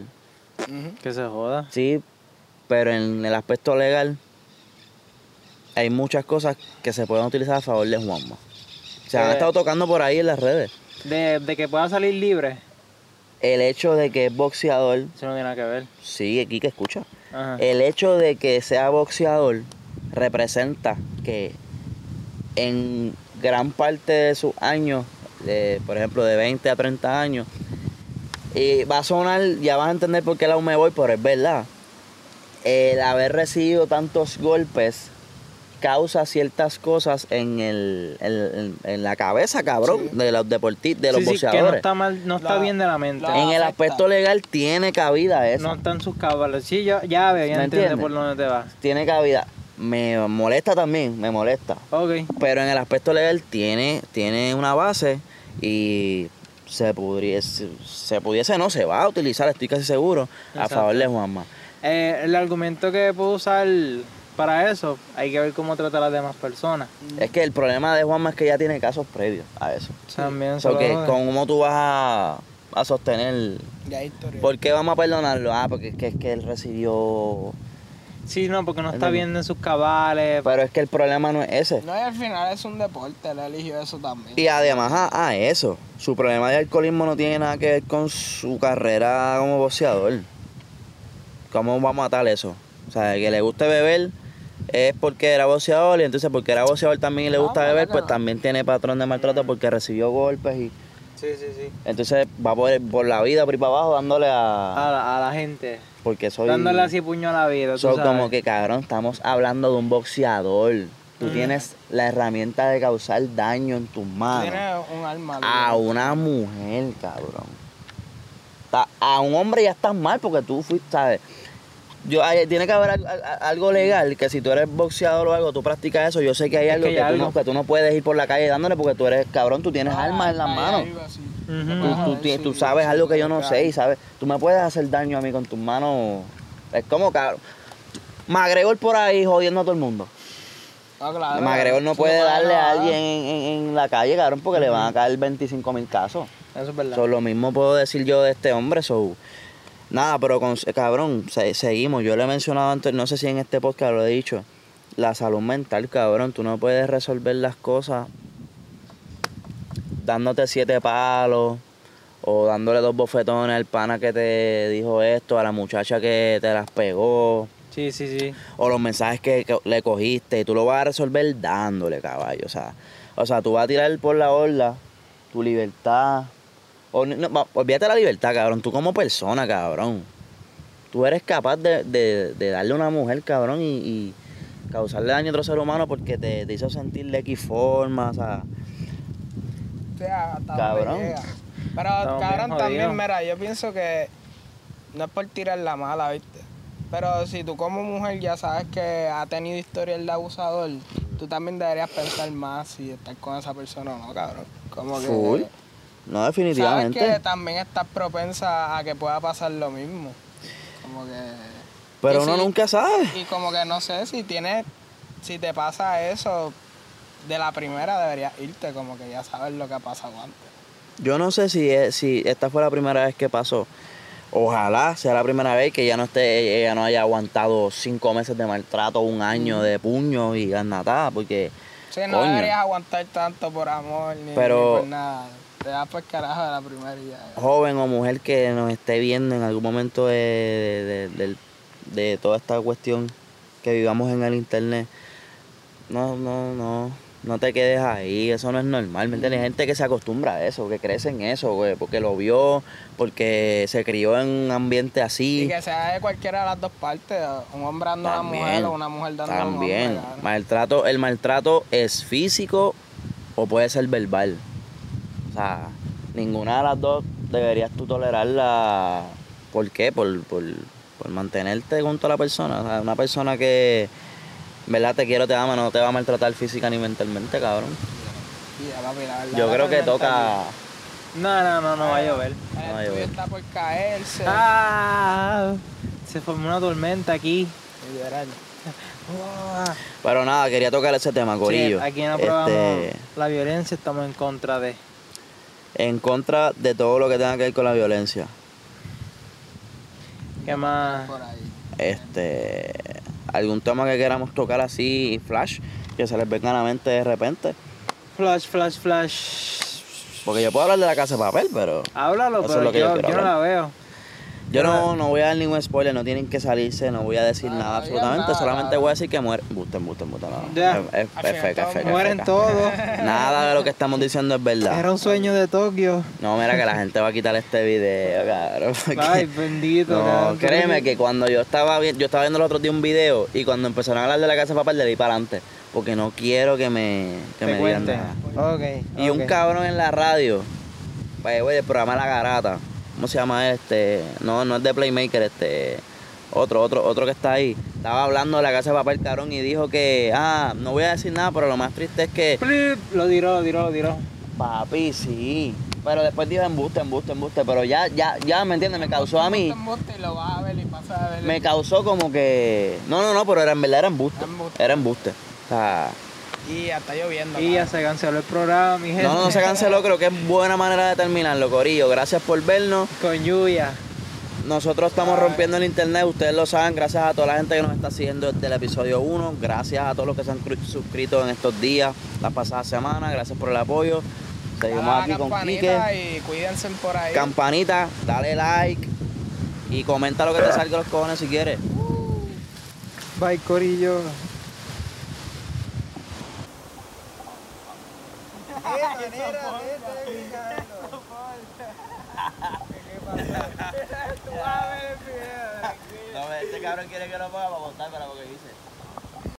S2: ah.
S1: Ujú.
S3: Que se joda.
S2: Sí, pero en el aspecto legal hay muchas cosas que se pueden utilizar a favor de Juanma. Se han
S3: Eh.
S2: estado tocando por ahí en las redes.
S3: De, de que pueda salir libre.
S2: el hecho de que es boxeador,
S3: Eso no tiene nada que ver.
S2: sí, aquí que escucha,
S3: Ajá.
S2: el hecho de que sea boxeador representa que en gran parte de sus años, de, por ejemplo, de 20 a 30 años, y va a sonar, ya vas a entender por qué la me voy, pero es verdad. El haber recibido tantos golpes causa ciertas cosas en, el, en, en- en la cabeza, cabrón,
S1: Sí.
S2: de los deportistas, de los
S3: Sí, sí, que no
S2: boxeadores.
S3: está mal, no está
S1: La-
S3: bien de la mente.
S1: la-
S2: en el
S1: afecta.
S2: aspecto legal tiene cabida eso.
S3: No están sus caballos. Sí, yo, ya veo, ya
S2: ¿Me
S3: entiendo
S2: entiendes?
S3: por dónde te vas.
S2: tiene cabida. Me molesta también, me molesta.
S3: Ok.
S2: Pero en el aspecto legal tiene, tiene una base y se pudiese, se pudiese, no, se va a utilizar, estoy casi seguro, a
S3: Exacto.
S2: favor de Juanma.
S3: Eh, el argumento que puedo usar para eso, hay que ver cómo trata a las demás personas.
S2: Es que el problema de Juanma es que ya tiene casos previos a eso.
S3: También se lo
S2: Porque
S3: joden.
S2: cómo tú vas a, a sostener...
S1: Ya historia.
S2: ¿Por qué vamos a perdonarlo? Ah, porque es que, es que él recibió...
S3: Sí, no, porque no está
S2: ¿Entiendes?
S3: bien en sus cabales.
S2: Pero es que el problema no es ese.
S1: No, y al final es un deporte, él eligió eso también.
S2: Y además a, a eso, su problema de alcoholismo no tiene nada que ver con su carrera como boxeador. ¿Cómo vamos a matar eso? O sea, que le guste beber es porque era boxeador y entonces porque era boxeador también y le
S1: No,
S2: gusta
S1: claro
S2: beber,
S1: que
S2: pues
S1: no.
S2: también tiene patrón de maltrato porque recibió golpes y
S3: Sí, sí, sí.
S2: entonces va por, por la vida por ahí para abajo dándole a...
S3: A la, a la gente.
S2: Porque soy...
S3: Dándole así puño a la vida. tú
S2: So,
S3: sabes.
S2: como que cabrón, estamos hablando de un boxeador. Tú tienes la herramienta de causar daño en tus manos.
S1: Tiene un alma.
S2: A
S1: dura.
S2: una mujer, cabrón. Ta- A un hombre ya estás mal porque tú fuiste, ¿sabes? Yo, hay- tiene que haber al- al- algo legal que si tú eres boxeador o algo, tú practicas eso. Yo sé que hay
S3: Es
S2: algo
S3: que
S2: que,
S3: hay
S2: tú
S3: algo.
S2: No, que tú no puedes ir por la calle dándole porque tú eres cabrón, tú tienes
S1: Ah,
S2: armas en las
S1: ahí,
S2: manos.
S1: ahí va, sí.
S3: Ujú.
S1: Te
S2: Tú,
S1: puedes
S2: tú
S1: joder
S2: ti- tú
S1: si-
S2: sabes
S1: si
S2: algo
S1: te
S2: que yo no
S1: caes.
S2: sé y sabes, tú me puedes hacer daño a mí con tus manos. Es como cabrón. McGregor por ahí jodiendo a todo el mundo.
S1: No, Ah, claro,
S2: McGregor no
S1: tú
S2: puede
S1: puedes
S2: darle a
S1: nada.
S2: alguien en, en- en la calle, cabrón, porque le van a caer 25 mil casos.
S3: Eso es verdad.
S2: So, lo mismo puedo decir yo de este hombre, so. Nada, pero con, cabrón, se- seguimos. Yo lo he mencionado antes, no sé si en este podcast lo he dicho. La salud mental, cabrón, tú no puedes resolver las cosas dándote siete palos o dándole dos bofetones al pana que te dijo esto, a la muchacha que te las pegó
S3: Sí, sí, sí.
S2: o los mensajes que, que le cogiste, y tú lo vas a resolver dándole, caballo. O sea, o sea tú vas a tirar por la orla tu libertad. O, no, va- olvídate de la libertad, cabrón. Tú como persona, cabrón. Tú eres capaz de, de- de darle a una mujer, cabrón, y, y causarle daño a otro ser humano porque te, te hizo sentir de X forma, o sea...
S1: O sea, hasta
S2: Cabrón.
S1: dónde llega. Pero
S3: Estamos bien
S1: cabrón
S3: jodidos.
S1: también, mira, yo pienso que no es por tirar la mala, ¿viste? Pero si tú como mujer ya sabes que ha tenido historia el de abusador, tú también deberías pensar más si estar con esa persona o no, cabrón. Como que
S2: Full. No,
S1: sabes
S2: definitivamente.
S1: que también estás propensa a que pueda pasar lo mismo. Como que
S2: Pero
S1: y
S2: uno
S1: si-
S2: nunca sabe.
S1: y como que no sé si tienes, si te pasa eso, de la primera deberías irte, como que ya sabes lo que ha pasado antes.
S2: Yo no sé si, es- si esta fue la primera vez que pasó. Ojalá sea la primera vez que ya no esté, ella no haya aguantado cinco meses de maltrato, un año de puño y garnatada, porque
S1: O sea, no
S2: Coño.
S1: deberías aguantar tanto por amor ni, ni
S2: Pero-
S1: por nada. Te das por carajo de la primera y ya.
S2: joven o mujer que nos esté viendo en algún momento de, de- de- de- de toda esta cuestión que vivamos en el internet, no, no, no, no te quedes ahí, eso no es normal, ¿me entiendes? Hay gente que se acostumbra a eso, que crece en eso, güey, porque lo vio, porque se crió en un ambiente así.
S1: Y que sea de cualquiera de las dos partes, un hombre dando a una
S2: También,
S1: mujer o una mujer dando a un
S2: También.
S1: hombre. cabrón.
S2: Maltrato, el maltrato es físico o puede ser verbal. O sea, ninguna de las dos deberías tú tolerarla. ¿Por qué? Por, por, por mantenerte junto a la persona. O sea, una persona que, ¿verdad? Te quiero, te ama, no te va a maltratar física ni mentalmente, cabrón.
S1: Y ya, papi, la verdad,
S2: Yo
S1: la
S2: creo que
S1: tormenta
S2: toca...
S3: No, no, no, no va a llover.
S1: aquí,
S2: No,
S1: El
S2: yo-
S1: estudio está por caerse.
S3: Ah, se formó una tormenta aquí.
S1: Literal.
S3: Ah.
S2: Pero nada, quería tocar ese tema, Corillo.
S3: Sí, aquí no aprobamos
S2: Este,
S3: la violencia, estamos en contra de.
S2: en contra de todo lo que tenga que ver con la violencia.
S3: ¿Qué más?
S1: Por ahí.
S2: este algún tema que queramos tocar así flash que se les venga a la mente de repente
S3: Flash, flash, flash.
S2: Porque yo puedo hablar de la casa de papel, pero.
S3: Háblalo,
S2: Eso es
S3: pero
S2: lo que yo
S3: yo,
S2: quiero
S3: yo no
S2: hablar.
S3: la veo.
S2: Yo no, no voy a dar ningún spoiler, no tienen que salirse, no voy a decir
S1: Ah,
S2: nada
S1: no digas
S2: absolutamente,
S1: nada,
S2: solamente
S1: nada.
S2: voy a decir que mueren. Busten, busten, busten, no.
S3: Ya.
S2: Es, es-
S1: Al
S2: es
S1: final
S2: feca, es
S1: todos
S2: feca, es
S3: Mueren
S2: feca.
S3: todos.
S2: Nada de lo que estamos diciendo es verdad.
S3: Era un sueño de Tokio.
S2: No, mira que la gente va a quitar este video, cabrón. porque-
S3: Ay, bendito.
S2: <laughs> no,
S3: cabrón.
S2: créeme que cuando yo estaba viendo, yo estaba viendo el otro día un video y cuando empezaron a hablar de la casa de papel le di para adelante. Porque no quiero que me, que
S3: Te
S2: me digan
S3: cuenten.
S2: nada.
S3: Ok.
S2: Y un
S3: ok.
S2: cabrón en la radio, vaya, güey, del programa La Garata. ¿Cómo se llama este? No, no es de Playmaker, este. Otro, otro, otro que está ahí. Estaba hablando de la casa de papel, cabrón, y dijo que, ah, no voy a decir nada, pero lo más triste es que.
S3: Plip, Lo tiró, lo tiró, lo tiró.
S2: Papi, sí. Pero después dijo embuste, embuste, embuste. Pero ya, ya, ya, ¿me entiendes? Me causó a mí.
S1: Embuste y lo vas a ver y pasas a ver.
S2: Me causó como que. No, no, no, pero era en verdad, era embuste.
S1: Embuste.
S2: Era embuste. O sea.
S1: Y ya está lloviendo.
S3: Y ya
S1: mano.
S3: se canceló el programa, mi gente.
S2: No, no, no se canceló, creo que es buena manera de terminarlo, Corillo. Gracias por vernos.
S3: Con lluvia.
S2: Nosotros estamos rompiendo el internet, ustedes lo saben, gracias a toda la gente que nos está siguiendo desde el episodio 1, gracias a todos los que se han cru- suscrito en estos días, las pasadas semanas, gracias por el apoyo. Seguimos
S1: Dale a la
S2: aquí con Quique.
S1: campanita Y cuídense por ahí.
S2: Campanita, dale like y comenta lo que te salga de los cojones si quieres.
S3: Bye, Corillo.
S1: Tú vas a ver el video.
S2: No, este cabrón quiere que lo ponga para votar para lo que dice.